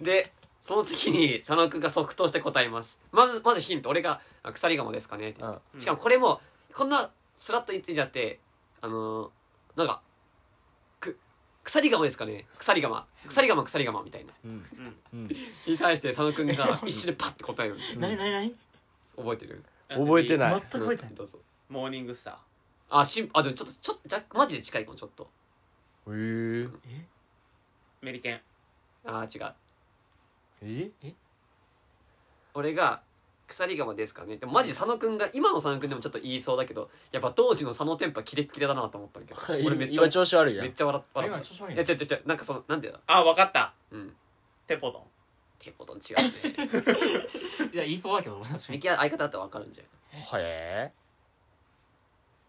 Speaker 4: でその次に佐野くんが即答して答えますまずまずヒント俺が「あ鎖釜ですかね」って
Speaker 1: うん
Speaker 4: しかもこれもこんなスラッと言ってんじゃってあのーなんかく鎖釜ですかね鎖釜鎖釜鎖釜みたいな
Speaker 1: うん
Speaker 2: うん
Speaker 1: うん
Speaker 4: に対して佐野くんが 一瞬でパッて答えるの
Speaker 1: うん
Speaker 3: 何何何
Speaker 4: 覚えてる
Speaker 1: 覚えてない
Speaker 3: 全く覚えてない
Speaker 4: どうぞ
Speaker 2: モーニングスター
Speaker 4: あしんあでもちょっとちょっとじゃマジで近いかもちょっと
Speaker 1: え
Speaker 2: メリケン
Speaker 4: あー違う
Speaker 1: え
Speaker 4: 俺が「鎖釜ですかね」でもマジ佐野くんが今の佐野くんでもちょっと言いそうだけどやっぱ当時の佐野テンパキレッキレだなと思ったんだけど俺めっちゃ
Speaker 1: 今調子悪いや
Speaker 4: め
Speaker 1: ん
Speaker 4: っちゃ笑っ
Speaker 3: あ
Speaker 4: 笑
Speaker 3: 今
Speaker 4: っ
Speaker 3: 調子悪
Speaker 4: た
Speaker 3: い
Speaker 4: い
Speaker 3: な
Speaker 4: や違う違う違うなんかそのなんだよ
Speaker 2: あ分かった
Speaker 4: うん
Speaker 2: テポドン
Speaker 4: テポドン違う ね
Speaker 3: いや言いそうだけど確か
Speaker 4: ミ
Speaker 3: に
Speaker 4: キは相方だったら分かるんじゃん
Speaker 1: へ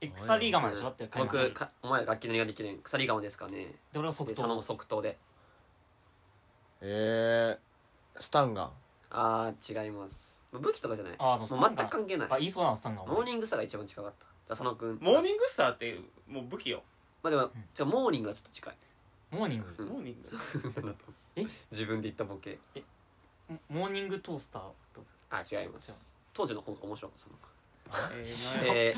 Speaker 3: え鎖釜でしょだって会話
Speaker 4: 僕かお前ら楽器何ができるん鎖釜ですかね
Speaker 3: で俺は
Speaker 4: で
Speaker 3: 即
Speaker 4: 佐野も
Speaker 3: 答
Speaker 4: 即答で
Speaker 1: ええスタンガン
Speaker 4: あー違います武器とかじゃない
Speaker 3: ああ
Speaker 4: も
Speaker 3: の
Speaker 4: う全く関係ない
Speaker 3: あ言いそうなのさんが
Speaker 4: モーニングスターが一番近かったじゃあ佐野くん
Speaker 2: モーニングスターってもう武器よ
Speaker 4: まあでもじゃあモーニングはちょっと近い
Speaker 3: モーニング
Speaker 2: モーニング
Speaker 3: え
Speaker 4: 自分で言ったボケ
Speaker 3: モーニングトースター
Speaker 4: あ違います
Speaker 3: 違う
Speaker 4: 当時の本が面白かったです
Speaker 2: え
Speaker 4: なんかえ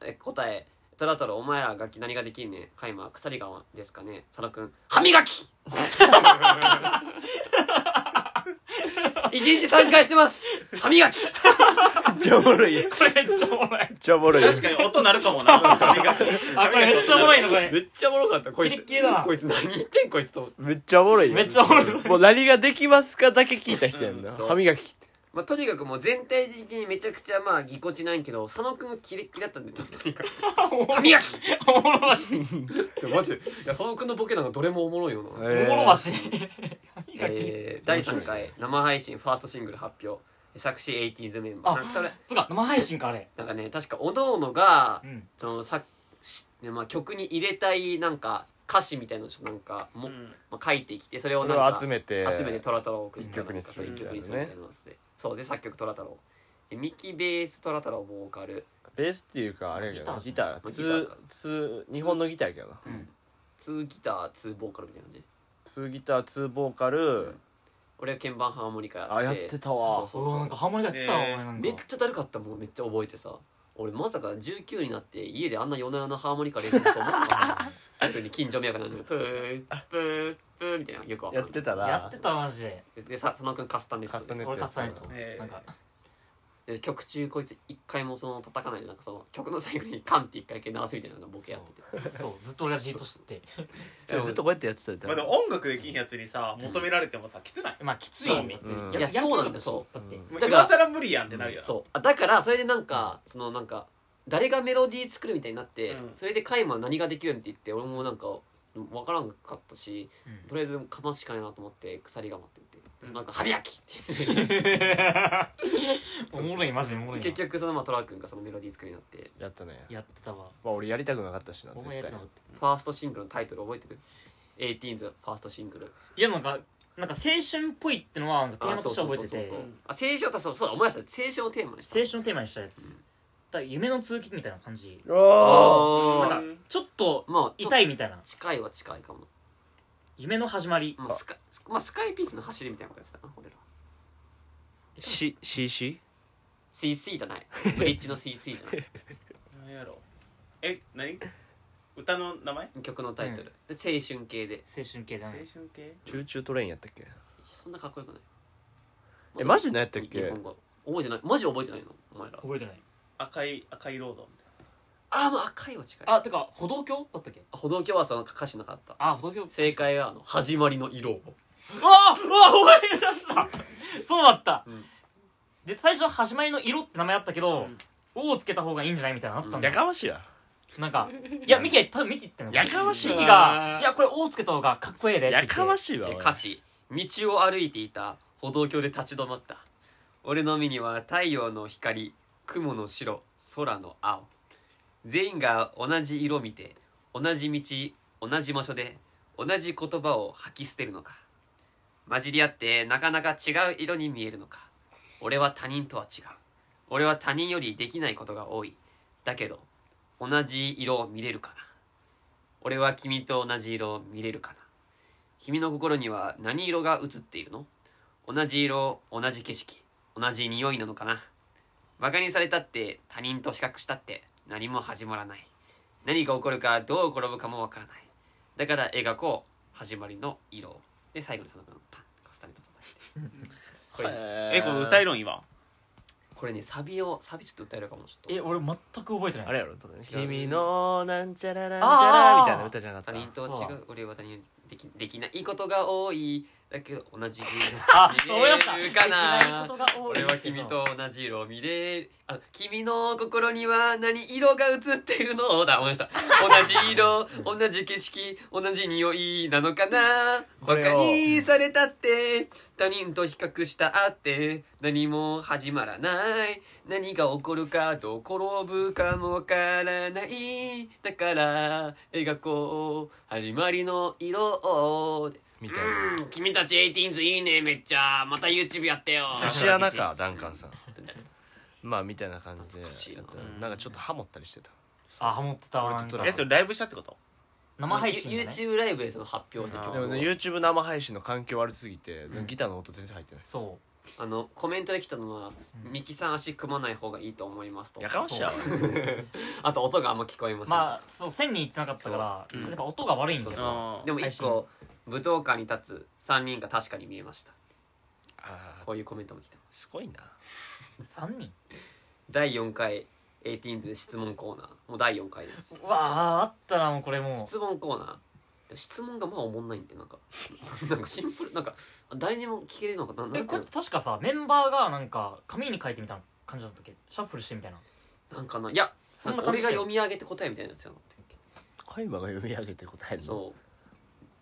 Speaker 4: ーえ答え「トラトルお前ら楽器何ができんねん」「カイマー鎖がですかね」「佐野くん歯 磨き! 」一日三回してます歯磨き
Speaker 1: っちゃおもろいめっ
Speaker 3: これめっちゃおもろい
Speaker 1: ちゃおもろい
Speaker 2: 確かに音鳴るかもな。
Speaker 3: あこれめっちゃおもろいなこ
Speaker 4: め
Speaker 3: れ
Speaker 4: っちゃおもろかったこい
Speaker 3: キレ
Speaker 4: つ
Speaker 3: ッキレだな
Speaker 4: こいつ何言ってんこいつと思って
Speaker 1: めっちゃおもろいよ
Speaker 3: めっちゃおもろい
Speaker 1: もう何ができますかだけ聞いた人やんな
Speaker 4: うんそう
Speaker 1: 歯磨きって
Speaker 4: まあ、とにかくもう全体的にめちゃくちゃまあぎこちないけど佐野くんはキレッキレだったんでととにかく歯磨き
Speaker 3: おもろまし
Speaker 4: でもマジでいや佐野くんのボケなんかどれもおもろいよな、
Speaker 3: おもろまし
Speaker 4: え
Speaker 3: 歯磨き
Speaker 4: ー第3回生配信ファーストシングル発表作詞 80s メンバー
Speaker 3: あ
Speaker 4: なんか誰
Speaker 3: そうか生配信かあれ
Speaker 4: なんかね確かおのおのが
Speaker 3: うん
Speaker 4: その作詞、ねまあ、曲に入れたいなんか歌詞みたいのをちょっとなんかも、まあ、書いてきてそれを
Speaker 1: そ
Speaker 4: な
Speaker 1: れ
Speaker 4: んか
Speaker 1: を集めて
Speaker 4: 集めてトラトロを送る
Speaker 3: 一
Speaker 1: 曲にする
Speaker 4: 一
Speaker 1: みたいな
Speaker 4: 曲
Speaker 1: ね
Speaker 4: にするみたいなのをしてそうで作曲トラトロでミキベーストラトロボーカル
Speaker 1: ベースっていうかあれやけどなギ
Speaker 3: ギ
Speaker 1: ター
Speaker 3: タ
Speaker 4: ギター
Speaker 1: ツーツー日本のギターやけどな
Speaker 4: 2ギター2ボーカルみたいな感じ
Speaker 1: ツーギターツーボーカル
Speaker 4: 俺は鍵盤ハーモニカやって
Speaker 1: あやってたわ
Speaker 4: そう
Speaker 3: う
Speaker 4: そ
Speaker 3: わ
Speaker 4: うそ
Speaker 3: な
Speaker 4: うん
Speaker 3: かハモリが言ってたわお前な
Speaker 4: めっ
Speaker 3: んか
Speaker 4: ちゃだるかったもんめっちゃ覚えてさ俺まさか19になって家であんな夜な夜なハーモニカ練習すると思うか特に近所迷 惑なのにプープープーみたいなよくわか
Speaker 1: や
Speaker 4: んな
Speaker 1: っ
Speaker 4: い
Speaker 1: てたな
Speaker 3: やってたマジで
Speaker 4: ででさ佐野くんカスタネット
Speaker 1: カスタネット
Speaker 3: 俺立つないと
Speaker 2: えー
Speaker 3: なんか
Speaker 4: で曲中こいつ一回もその叩かないでなんかその曲の最後にカンって一回だけ鳴らすみたいなのがボケやってて
Speaker 3: そうずっと俺がじっとして
Speaker 1: いやずっとこうやってやってたじゃ
Speaker 2: まあで
Speaker 1: ん
Speaker 2: も音楽できんやつにさ、求められてもさ、きつない。
Speaker 3: まあきついよねって
Speaker 1: うん
Speaker 4: いやそうなんだ
Speaker 3: だ
Speaker 4: そ
Speaker 3: だって
Speaker 2: もう
Speaker 4: だから
Speaker 2: 今更無理やんってなるよな。
Speaker 4: そうあだからそれでなんかそのなんか誰がメロディー作るみたいになって、
Speaker 2: うん
Speaker 4: それでカイマは何ができるんって言って俺もなんか分からんかったし、
Speaker 3: うん
Speaker 4: とりあえずかますしかないなと思って鎖が待っててそのなんか歯磨き
Speaker 3: お もろいマジでおもろいな
Speaker 4: 結局そのまあトラ君がそのメロディー作りになって
Speaker 1: やったね
Speaker 3: やってたわ
Speaker 1: まあ俺やりたくなかったしな
Speaker 3: お
Speaker 1: 絶
Speaker 3: 前やって
Speaker 1: 対
Speaker 3: なかった
Speaker 4: ファーストシングルのタイトル覚えてる 18s ファーストシングル
Speaker 3: いやなんかなんか青春っぽいってのはなんかテーマとしては覚えてて
Speaker 4: あそうそうそうそうあ青春だそうそうお前らさ青春をテーマにした
Speaker 3: 青春をテーマにしたやつだから夢の続きみたいな感じ
Speaker 1: あ
Speaker 2: うん。
Speaker 4: あー
Speaker 3: ちょっと
Speaker 4: まあちょっと
Speaker 3: 痛いみたいな
Speaker 4: 近いは近いかも、
Speaker 3: 夢の始まり
Speaker 4: まあ、スカまあスカイピースの走りみたいなことやってたな俺ら
Speaker 1: ーし CC?
Speaker 4: CC じゃないブリッジの CC じゃない
Speaker 2: 何やろ。え、何歌の名前
Speaker 4: 曲のタイトル、で青春系で
Speaker 3: 青春系だ
Speaker 2: 青
Speaker 3: ね
Speaker 2: 春系
Speaker 1: チューチュートレインやったっけ
Speaker 4: そんなかっこよくない
Speaker 1: えマジ何やったっけ
Speaker 4: 日本語覚えてないマジ覚えてないのお前ら
Speaker 3: 覚えてない
Speaker 2: 赤い、赤いロードみたい
Speaker 4: ああまあ赤いは近い
Speaker 3: あてか歩道橋だったっけ
Speaker 4: 歩道橋はその歌詞なかった
Speaker 3: あ歩道橋
Speaker 4: 正解はあの始まりの色を
Speaker 3: うわあうわあ覚え出したそうだった、
Speaker 4: うん
Speaker 3: で最初は始まりの色って名前あったけど
Speaker 2: う
Speaker 3: 「
Speaker 2: ん
Speaker 3: お」をつけた方がいいんじゃないみたいなのあったんだ
Speaker 1: や
Speaker 3: よ、
Speaker 1: かましいや
Speaker 3: なんかいやミキは多分ミキっての
Speaker 1: やかましい
Speaker 3: ミ
Speaker 1: わ
Speaker 3: キが「いやこれ「お」をつけた方がかっこええで」って言っ
Speaker 1: や
Speaker 3: て
Speaker 1: かましいわ
Speaker 4: え
Speaker 1: おい
Speaker 4: 歌詞道を歩いていた歩道橋で立ち止まった俺の目には太陽の光雲の白空の青全員が同じ色見て同じ道同じ場所で同じ言葉を吐き捨てるのか混じり合ってなかなか違う色に見えるのか俺は他人とは違う俺は他人よりできないことが多いだけど同じ色を見れるかな俺は君と同じ色を見れるかな君の心には何色が映っているの同じ色同じ景色同じ匂いなのかなバカにされたって他人と比較したって何も始まらない何が起こるかどう転ぶかもわからないだから描こう始まりの色をで最後に佐野君パンカスタネット叩いてこれ
Speaker 2: な。
Speaker 1: へー
Speaker 2: え、これ歌えるん今。
Speaker 4: これねサビをサビちょっと歌えるかもちょっ
Speaker 3: え
Speaker 4: と
Speaker 3: 俺全く覚えてない
Speaker 1: あれやろ
Speaker 4: 知らん
Speaker 1: 君のなんちゃらなんちゃらみたいな歌じゃなか
Speaker 4: 他
Speaker 1: った
Speaker 4: 人とは
Speaker 3: そ
Speaker 4: 違う
Speaker 3: う
Speaker 4: 俺は他人よりできできないことが多いだけど同じ色
Speaker 3: あ思い出した
Speaker 4: 見れるか
Speaker 3: で
Speaker 4: な
Speaker 3: きいことが多い
Speaker 4: 俺は君と同じ色を見れるあ君の心には何色が映ってるのだ思いました同じ色同じ景色同じ匂いなのかな
Speaker 1: こ
Speaker 4: バ
Speaker 1: れを
Speaker 4: カにされたって他人と比較したって何も始まらない何が起こるかどう転ぶかもわからないだから描こう始まりの色を
Speaker 1: みたいな
Speaker 4: うん君たち 18s いいねめっちゃまた YouTube やってよ
Speaker 1: 節穴かダンカンさんまあみたいな感じでや
Speaker 4: 懐かしいな
Speaker 1: ったなんかちょっとハモったりしてた
Speaker 3: あハモってたわ
Speaker 1: 俺とトラ
Speaker 2: え、それライブしたってこと
Speaker 3: 生配信だね
Speaker 4: YouTube ライブでその発表した
Speaker 2: あ
Speaker 4: 曲
Speaker 1: でも
Speaker 4: を
Speaker 1: ね YouTube 生配信の環境悪すぎて、
Speaker 3: うん
Speaker 1: ギターの音全然入ってない
Speaker 3: そう
Speaker 4: あのコメントできたのは「ミキさん足組まない方がいいと思います」と
Speaker 1: やかましいわ
Speaker 4: あと音があんま聞こえません、
Speaker 3: まあそう線に行ってなかったから、
Speaker 2: そううん
Speaker 3: やっぱ音が悪いんだよ
Speaker 4: そ
Speaker 3: そう
Speaker 2: あ
Speaker 4: でも一個武道館に立つ3人が確かに見えました
Speaker 1: あー
Speaker 4: こういうコメントも来てます
Speaker 1: すごいな
Speaker 3: 3人
Speaker 4: 第4回18ズ質問コーナーもう第4回です
Speaker 3: うわああったなもうこれも
Speaker 4: 質問コーナーでも質問がまあおもんないんでなんか なんかシンプルなんか誰にも聞けるのかな
Speaker 3: うえ
Speaker 4: なん
Speaker 3: こ
Speaker 4: か
Speaker 3: れ確かさメンバーがなんか紙に書いてみたいな感じだったっけシャッフルしてみたいな
Speaker 4: なんかないや
Speaker 3: そ
Speaker 4: なんん
Speaker 3: な
Speaker 4: か
Speaker 3: 感
Speaker 4: 俺
Speaker 3: じ
Speaker 4: が
Speaker 3: だよ
Speaker 4: 読み上げて答えみたいなやつやなって
Speaker 1: カイマが読み上げて答えるの
Speaker 4: そ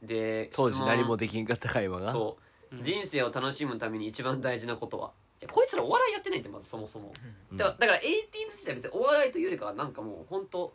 Speaker 4: うで
Speaker 1: 当時
Speaker 4: 質問
Speaker 1: 何もできんかったカイマが
Speaker 4: そう、人生を楽しむために一番大事なことはいやこいつらお笑いやってないってまずそもそも、
Speaker 1: うん
Speaker 4: だからだから18自体別にお笑いというよりかはなんかもう本当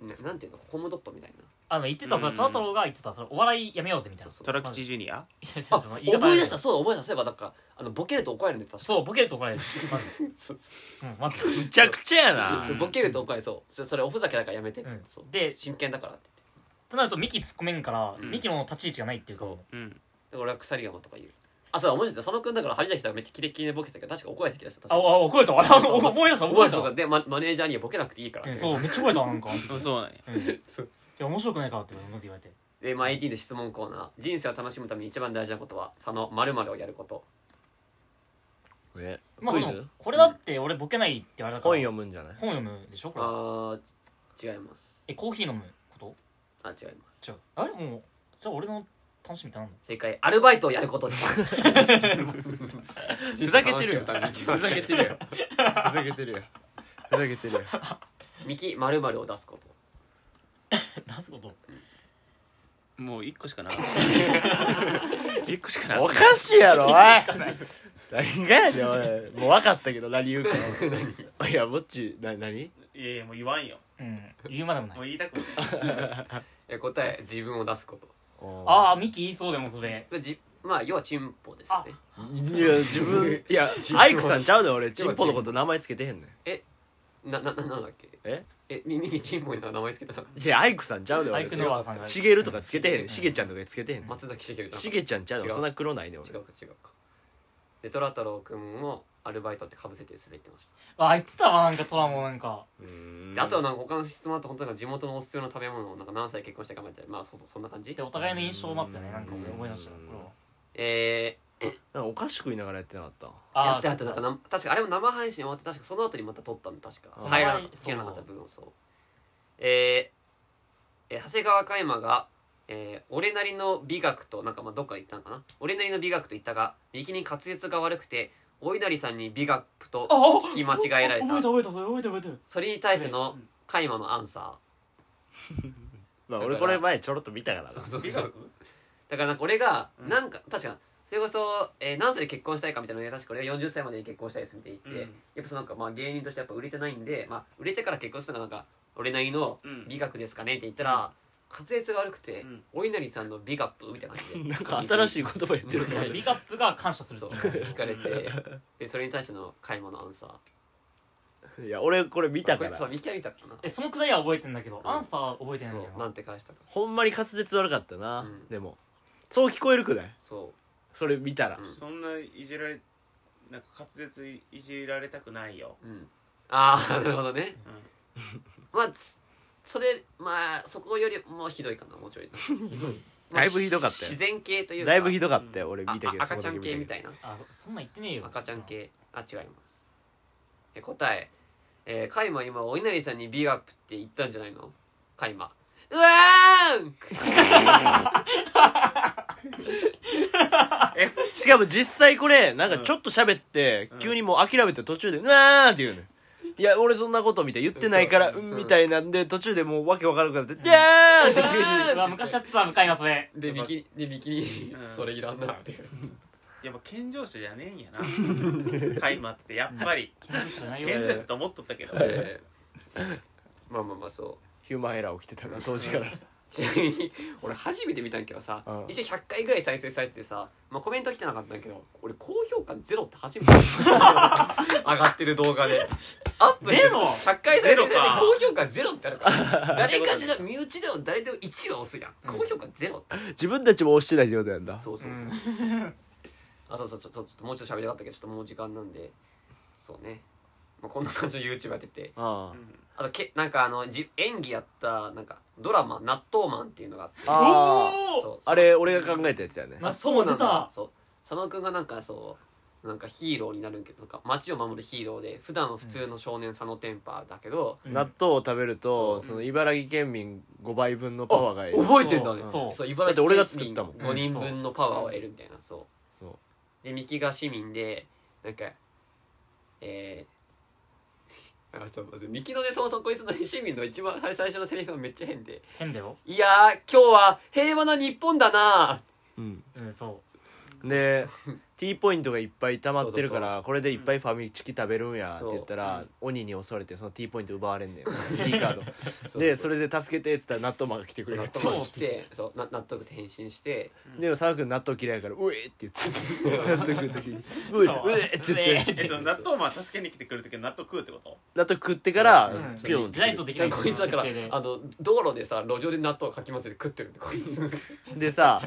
Speaker 4: ななんていうのコムドットみたいな
Speaker 3: あの言ってた
Speaker 2: う
Speaker 3: さ
Speaker 2: ん
Speaker 3: トラ太郎が言ってたそれお笑いやめようぜみたいな
Speaker 4: そう
Speaker 2: トラ吉ジュニア
Speaker 3: いやちょ
Speaker 4: あ
Speaker 3: っと言方
Speaker 4: 思い出したそうだ思い出したそういえばだからあのボケると怒られるんで確か
Speaker 3: そうボケると怒られるまず、
Speaker 4: そうそう
Speaker 3: うん、まず
Speaker 1: むちゃくちゃやな
Speaker 4: そうボケると怒られそうそそれおふざけだからやめてって、
Speaker 3: うん
Speaker 4: そう
Speaker 3: で
Speaker 4: 真剣だからって言って
Speaker 3: となるとミキ突っ込めんから、
Speaker 4: うん
Speaker 3: ミキの立ち位置がないっていうか
Speaker 4: そ
Speaker 2: うん
Speaker 4: で俺は鎖釜とか言うあそうだ思い出した佐野君だから張り出したらめっちゃキレッキレでボケてたけど確か怒られてきだした確
Speaker 3: あ
Speaker 4: か
Speaker 3: あ怒れたあれ
Speaker 4: そう
Speaker 3: 思い出した
Speaker 4: 思
Speaker 3: 思
Speaker 4: い
Speaker 3: い出し
Speaker 4: 出したそうでママネージャーにはボケなくていいか
Speaker 3: た
Speaker 4: ら
Speaker 3: うん
Speaker 4: って
Speaker 3: そうめっちゃ覚えたなんか、
Speaker 2: うんそうなんや
Speaker 3: うん、い
Speaker 4: そう
Speaker 3: や面白くないからってまず言われて
Speaker 4: で、まあ、18で質問コーナー人生を楽しむために一番大事なことは佐野〇〇をやること
Speaker 1: ね
Speaker 3: まあ
Speaker 1: クイ
Speaker 3: でも
Speaker 1: ズ
Speaker 3: これだって俺ボケないってあれだから
Speaker 1: 本読むんじゃない
Speaker 3: 本読むでしょこれ
Speaker 4: あー違います
Speaker 3: えコーヒー飲むこと
Speaker 4: あ違います
Speaker 3: 違うあれもうじゃあ俺の楽しみってなんだ
Speaker 4: 正解アルバイトをやることです
Speaker 1: ふざけてるよ
Speaker 4: 人生を楽しむために一番
Speaker 1: ふざけてるよ ふざけてるよふざけてるよ
Speaker 4: ミキ〇〇を出すこと
Speaker 3: 出すこと
Speaker 2: もう一個しかなかった一個しかなか
Speaker 1: お
Speaker 2: った
Speaker 1: かしいやろおい何がやねんおいもう分かったけど何言うかいやぼっちな何
Speaker 2: いやいやもう言わんよ
Speaker 3: うん言うまでもな
Speaker 2: もう言
Speaker 3: い
Speaker 2: いたくもない
Speaker 4: え答え自分を出すこと
Speaker 3: ああミキ言いそうでもそれ
Speaker 4: まあじまあ要はチンポですね
Speaker 1: いや自分いや
Speaker 4: 自分
Speaker 1: アイクさんちゃうで俺チンポのこと名前つけてへんねん
Speaker 4: ななななんだっけ
Speaker 1: え
Speaker 4: え耳にチンポに名前つけたの
Speaker 1: いやアイクさんちゃうで
Speaker 3: ア
Speaker 1: 俺
Speaker 3: イクノワさんが
Speaker 1: しげるとかつけてへんしげちゃんとかつけてへん
Speaker 4: 松崎しげるじゃん
Speaker 1: しげちゃんちゃうで
Speaker 4: 違う
Speaker 1: そんな黒ないで
Speaker 4: 違
Speaker 1: 俺
Speaker 4: うか違うかで虎太郎くんもアルバイトってかぶせて滑ってました
Speaker 3: あ言ってたわなんかトラもなんか
Speaker 1: うーん
Speaker 4: であとはなんか他の質問だと本当なんか地元のおすすめの食べ物をなんか何歳結婚したかみたいなまあそうそうそんな感じ
Speaker 3: でお互いの印象もあってねなんか俺思い出したよこれは
Speaker 4: え
Speaker 1: なんかお菓子食いながらやってなかった
Speaker 4: ー、やって
Speaker 3: ー
Speaker 4: あっただったな確かあれも生配信終わって確かその後にまた撮ったんだ確か
Speaker 1: あー
Speaker 4: 入らなかった切らなかった部分をそうえー、えー長谷川嘉馬が、えー俺なりの美学となんかまあどっかで言ったのかな俺なりの美学と言ったが右に滑舌が悪くてお稲荷さんに美学と
Speaker 3: ああ
Speaker 4: 聞き間違えられ
Speaker 3: 覚え
Speaker 4: た
Speaker 3: た覚えたそれ覚えた覚えた
Speaker 4: それに対しての嘉馬のアンサ
Speaker 1: まあ
Speaker 4: だから
Speaker 1: 俺これ前ちょろっと見たからな
Speaker 4: ーそうそうそうだからなんか俺が
Speaker 2: うん
Speaker 4: なんか、確かそれこそ、えー何歳で結婚したいかみたいなのを確か俺は40歳までに結婚したいですみたいに言って、
Speaker 2: うん
Speaker 4: やっぱそのなんかまあ芸人としてやっぱ売れてないんで、まあ、売れてから結婚するのがなんか俺なりの
Speaker 2: うん
Speaker 4: 美学ですかねって言ったら、滑舌が悪くて、
Speaker 2: うん
Speaker 4: お稲荷さんの美学みたいな感じ で
Speaker 1: なんか新しい言葉言ってると思っ
Speaker 3: で
Speaker 1: て
Speaker 3: ビカップが感謝するっ
Speaker 4: そ
Speaker 3: て
Speaker 4: う
Speaker 3: いう
Speaker 4: 聞かれてでそれに対しての買い物アンサー
Speaker 1: いや俺これ見たか
Speaker 4: これそう
Speaker 1: ら
Speaker 4: 見た見たかな
Speaker 3: えそのくだりは覚えてんだけど、
Speaker 4: うん
Speaker 3: アンサーは覚えてないんだよ
Speaker 4: そう
Speaker 3: な
Speaker 4: なんて返したか
Speaker 1: ほんまに滑舌悪かったな、
Speaker 4: うん
Speaker 1: でもそう聞こえるくない
Speaker 4: そ
Speaker 1: それ見たら、
Speaker 4: うん
Speaker 2: そんないじられなんか滑舌いいじられたくないよ
Speaker 4: ううんああ なるほどね、まあつそれまあそこよりもひどいかなも うちょい
Speaker 1: だいぶひどかったよ
Speaker 4: 自然系というか
Speaker 1: だいぶひどかったよ、俺見たけど
Speaker 4: ああ赤ちゃん系みた
Speaker 1: い
Speaker 4: いな
Speaker 3: あそそんなん言ってねえよ
Speaker 4: 赤ちゃん系あ違いますえ答ええー、カイマ今お稲荷さんにビーアップって言ったんじゃないのカイマうわーん
Speaker 1: しかも実際これなんかちょっと喋って、
Speaker 2: うん
Speaker 1: 急にもう諦めて途中で「うわー」って言うのよいや俺そんなことみたい言ってないから、
Speaker 4: そう
Speaker 1: うん
Speaker 4: うん
Speaker 1: みたいなんで途中でもうわけわからなくなって「でーん!」って急に
Speaker 3: うわ昔やってた向かいますね
Speaker 4: でビキニでビキニ
Speaker 2: うん
Speaker 4: それいらんなっていう
Speaker 2: やっぱ健常者じゃねえんやなカイマってやっぱり
Speaker 3: 緊張してないよ
Speaker 2: 健常者と思っとったけど
Speaker 4: えーまあまあまあそ
Speaker 1: ヒューマンエラー起きてたな当時から
Speaker 4: うちなみに 俺初めて見たんやけどさ
Speaker 1: うん
Speaker 4: 一応100回ぐらい再生されててさ、まあ、コメント来てなかったんやけど俺高評価ゼロって初めて上がってる動画でアップして
Speaker 3: ゼロ
Speaker 4: 100回再生さ
Speaker 2: ゼ
Speaker 4: れて
Speaker 2: ロか
Speaker 4: 高評価ゼロってあるから誰かしら身内でも誰でも1は押すやん高評価ゼロって
Speaker 1: 自分たちも押してないってことやんだ
Speaker 4: そうそうそう、
Speaker 3: うん
Speaker 4: あそうそうそうそうちょっともうちょっと喋りたかったけどちょっともう時間なんでそうね、まあ、こんな感じの YouTube やってて
Speaker 1: あ
Speaker 2: うん
Speaker 4: あとけなんかあのじ演技やったなんかドラマ「納豆マン」っていうのがあって
Speaker 1: あ
Speaker 4: そう
Speaker 2: おー
Speaker 4: そう
Speaker 1: あれ俺が考えたやつやね
Speaker 3: 納
Speaker 4: そ
Speaker 3: 豆
Speaker 4: うな
Speaker 3: 出
Speaker 4: んだ
Speaker 3: た
Speaker 4: そう佐野くんがなんかそうなんかヒーローになるけどなんか街を守るヒーローで普段は普通の少年佐野テンパーだけど、
Speaker 3: うん
Speaker 1: 納豆を食べると
Speaker 4: そう
Speaker 1: その茨城県民5倍分のパワーが
Speaker 4: あ
Speaker 1: 得る
Speaker 4: 覚えてんだね
Speaker 3: そう
Speaker 4: そう
Speaker 3: うん
Speaker 1: だ
Speaker 4: 茨
Speaker 1: って
Speaker 4: 城
Speaker 1: 俺
Speaker 4: 県
Speaker 1: が作ったもん
Speaker 4: 5人分のパワーを得るみたいなそう
Speaker 1: そう
Speaker 4: で三木が市民でなんかえー あちょっと待って三木のねそもそもこいつの市民の一番最初のセリフがめっちゃ変で
Speaker 3: 変だよ
Speaker 4: 「いやー今日は平和な日本だな
Speaker 1: うん
Speaker 3: うんそ
Speaker 1: で T ポイントがいっぱい溜まってるからこれでいっぱいファミチキ食べるんやって言ったら鬼に襲われてその T ポイント奪われ んねん D カードでそれで助けてっつったら納豆マンが来てくれる
Speaker 4: 納
Speaker 1: って
Speaker 4: 得
Speaker 3: そう
Speaker 4: が来てそうな納得って返信して
Speaker 1: でも佐野君納豆嫌いやから「うえ!」って言って納豆食う時に「うえ!」
Speaker 3: そう
Speaker 1: うえって言って
Speaker 2: えその納豆マン助けに来てくるとき納豆食うってこと
Speaker 1: 納豆食ってから
Speaker 3: う、うん、
Speaker 1: ピョン
Speaker 3: ないとできない
Speaker 4: こいつだから
Speaker 3: 設定で
Speaker 4: あの道路でさ路上で納豆をかき混ぜて食ってるんでこいつ
Speaker 1: でさ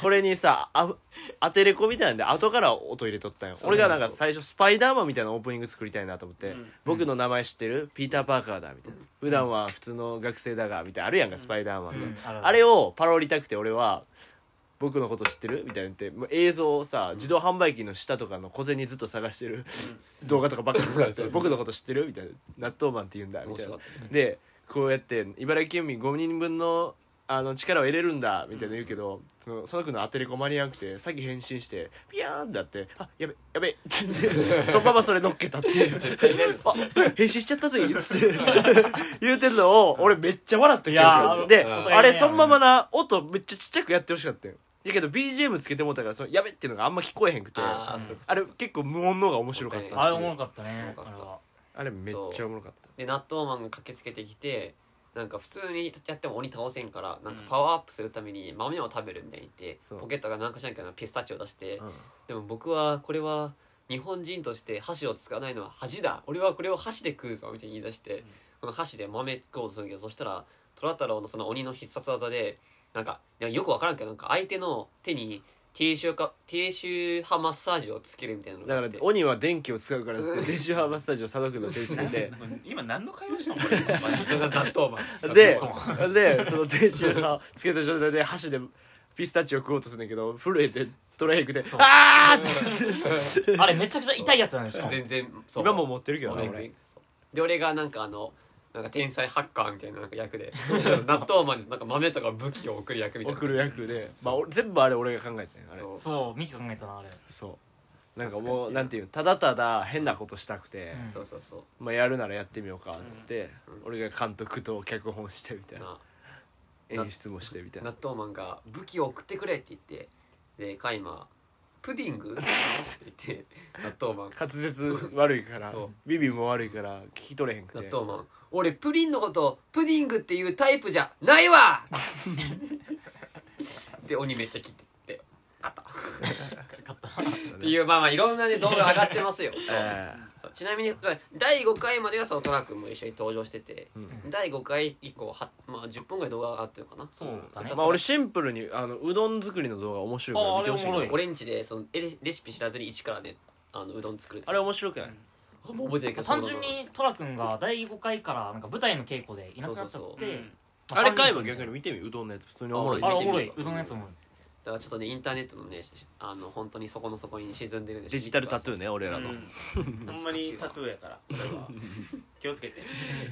Speaker 1: これにさあアテレコみたいなんで後から音入れとったんよ
Speaker 4: そう
Speaker 1: 俺がなんか最初スパイダーマンみたいなオープニング作りたいなと思って、
Speaker 2: うん
Speaker 1: 僕の名前知ってるピーター・パーカーだみたいな普段は普通の学生だがみたいなあるやんかスパイダーマンの、
Speaker 3: うん
Speaker 1: あれをパロりたくて俺は僕のこと知ってるみたいなってもう映像をさ自動販売機の下とかの小銭ずっと探してる、動画とかばっかり使って
Speaker 4: そうそうそう
Speaker 1: 僕のこと知ってるみたいな納豆マンって言うんだみ
Speaker 4: 面
Speaker 1: たい
Speaker 4: 白
Speaker 1: な
Speaker 4: かったね
Speaker 1: でこうやって茨城県民5人分のあの力を得れるんだみたいな言うけど、その佐野君のアテレコ間に合わなくてさっき返信してピヤーンってなって「あやべやべ」って言ってそのままそれ乗っけたっていう「あ返信しちゃったぜ」っつって言うてるのを俺めっちゃ笑った記憶があ
Speaker 3: いや
Speaker 1: る
Speaker 3: ー
Speaker 1: で
Speaker 4: うん
Speaker 1: あれそのままな音めっちゃちっちゃくやってほしかったよだけど BGM つけてもうたからその「やべ」っていうのがあんま聞こえへんくてあ
Speaker 4: あーそうか
Speaker 1: れ結構無音の方が面白かっ
Speaker 4: あ
Speaker 1: た
Speaker 3: あれおもろかったね
Speaker 4: おもろかった
Speaker 3: あれは
Speaker 1: あれめっちゃおもろかった
Speaker 4: で納豆マンが駆けつけてきてなんか普通にやっても鬼倒せんからなんかパワーアップするために豆を食べるみたいに言って、
Speaker 1: そう
Speaker 4: ポケットがなんかしなきゃピスタチオを出して、
Speaker 1: うん
Speaker 4: でも僕はこれは日本人として箸を使わないのは恥だ俺はこれを箸で食うぞみたいに言い出して、この箸で豆食おうとするんだけどそしたら虎太郎のその鬼の必殺技でなんかいやよくわからんけどなんか相手の手に低周波低周波マッサージをつけるみたいなのが
Speaker 1: だ
Speaker 4: あ
Speaker 1: か
Speaker 4: っ
Speaker 1: ら
Speaker 4: て
Speaker 1: 鬼は電気を使うから電子ハーマッサージを佐野君の手につけて
Speaker 2: 今何の会話したのこれほんまに
Speaker 4: 納豆マン
Speaker 1: ででその電子ハーつけた状態で箸でピスタチオ食おうとするんだけど震えてトライクで「あー!」って
Speaker 3: あれめちゃくちゃ痛いやつなんでしかも
Speaker 4: 全然そう
Speaker 1: 今も持ってるけどな
Speaker 4: 俺
Speaker 1: 俺
Speaker 4: で俺がなんかあのなんか天才ハッカーみたいななんか役 で納豆マンでなんか豆とか武器を送る役みたいな
Speaker 1: 送る役で、まあ、俺全部あれ俺が考えたんよあれ
Speaker 4: そう
Speaker 3: そうミキ考えたなあれ
Speaker 1: そうなんかもうなんていうのただただ変なことしたくて、
Speaker 3: うん
Speaker 4: そうそうそう
Speaker 1: まあ、やるならやってみようかっつって、俺が監督と脚本してみたいな
Speaker 4: な
Speaker 1: 演出もしてみたいな
Speaker 4: 納豆マンが「武器を送ってくれ」って言ってでカイマ「プディング?」って言って納豆マン
Speaker 1: 滑舌悪いから
Speaker 4: そう
Speaker 1: ビビも悪いから聞き取れへんくて
Speaker 4: 納豆マン「俺プリンのことプディングっていうタイプじゃないわ!」で鬼めっちゃ切ってって
Speaker 3: 勝った
Speaker 4: っていうまあまあいろんなね動画上がってますよそう
Speaker 1: え
Speaker 4: そうちなみにこれ第5回まではそのトラ君も一緒に登場してて、
Speaker 1: うん
Speaker 4: 第5回以降は、まあ、10分ぐらい動画があってるのかな
Speaker 3: そうだね
Speaker 1: えまあ俺シンプルにあのうどん作りの動画面白いから見てほしい
Speaker 3: ああれおもろい
Speaker 4: 俺んちでそのレレシピ知らずに一からねあのうどん作るって
Speaker 1: あれ面白くない
Speaker 4: あもう覚えてるけど
Speaker 3: 単純
Speaker 4: そう
Speaker 3: にトラ君が第5回からなんか舞台の稽古でいなくなっちゃ
Speaker 4: そう
Speaker 3: っ
Speaker 4: そう
Speaker 2: そう
Speaker 3: てま
Speaker 1: あれ買えば
Speaker 3: 三人
Speaker 1: 逆に見てみうどんのやつ普通におもろい
Speaker 3: あれ
Speaker 4: あ
Speaker 3: おもろ
Speaker 4: 見
Speaker 3: い
Speaker 4: てみる
Speaker 3: うどんのやつも
Speaker 4: だからちょっとねインターネットのねしあの本当に底の底に沈んでるんで
Speaker 1: デジタルタト
Speaker 4: ゥ
Speaker 1: ゥーね俺らの、
Speaker 2: うんほんまにタトゥーやからこれは気をつけて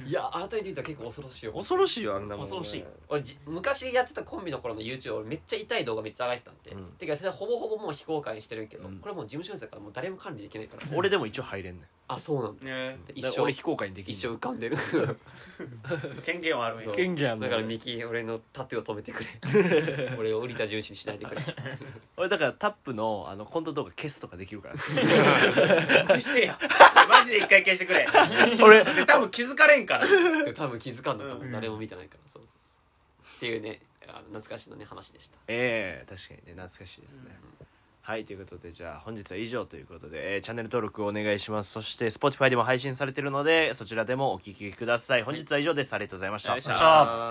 Speaker 4: ーいや改めて見たら結構恐ろしいよ
Speaker 1: 恐ろしいよあんなもん、
Speaker 3: 恐ろしい
Speaker 4: 俺じ昔やってたコンビの頃の YouTube 俺めっちゃ痛い動画めっちゃ上がってたんで、
Speaker 1: うん
Speaker 4: てかそれほぼほぼもう非公開にしてるけど、
Speaker 1: うん
Speaker 4: これもう事務所ですからもう誰も管理できないから
Speaker 1: 俺でも一応入れんねん
Speaker 4: あそうなんだ
Speaker 2: ね
Speaker 4: 一
Speaker 1: だから
Speaker 4: 生
Speaker 1: 俺非公開にできん
Speaker 4: 一
Speaker 1: ねん
Speaker 4: 生浮かん でる
Speaker 2: 権限はあるんや
Speaker 4: そう
Speaker 1: 権限あんの
Speaker 4: だからミキ俺のタトゥーを止めてく れ俺を降りた重視にしないでくれ
Speaker 1: 俺だからタップのあのコント動画消すとかできるから
Speaker 2: 消してよマジで一回消してくれ
Speaker 1: 俺
Speaker 2: で多分気づかれんから
Speaker 4: で多分気づかんの多
Speaker 2: う
Speaker 4: 分
Speaker 3: ん
Speaker 4: 誰も見てないからそうそうそうっていうねあの懐かしのね話でした
Speaker 1: ええ確かにね懐かしいですね、はいということでじゃあ本日は以上ということで、えーチャンネル登録をお願いしますそして Spotify でも配信されてるのでそちらでもお聴きください本日は以上ですありがとうございました
Speaker 2: よいしょ
Speaker 3: さあ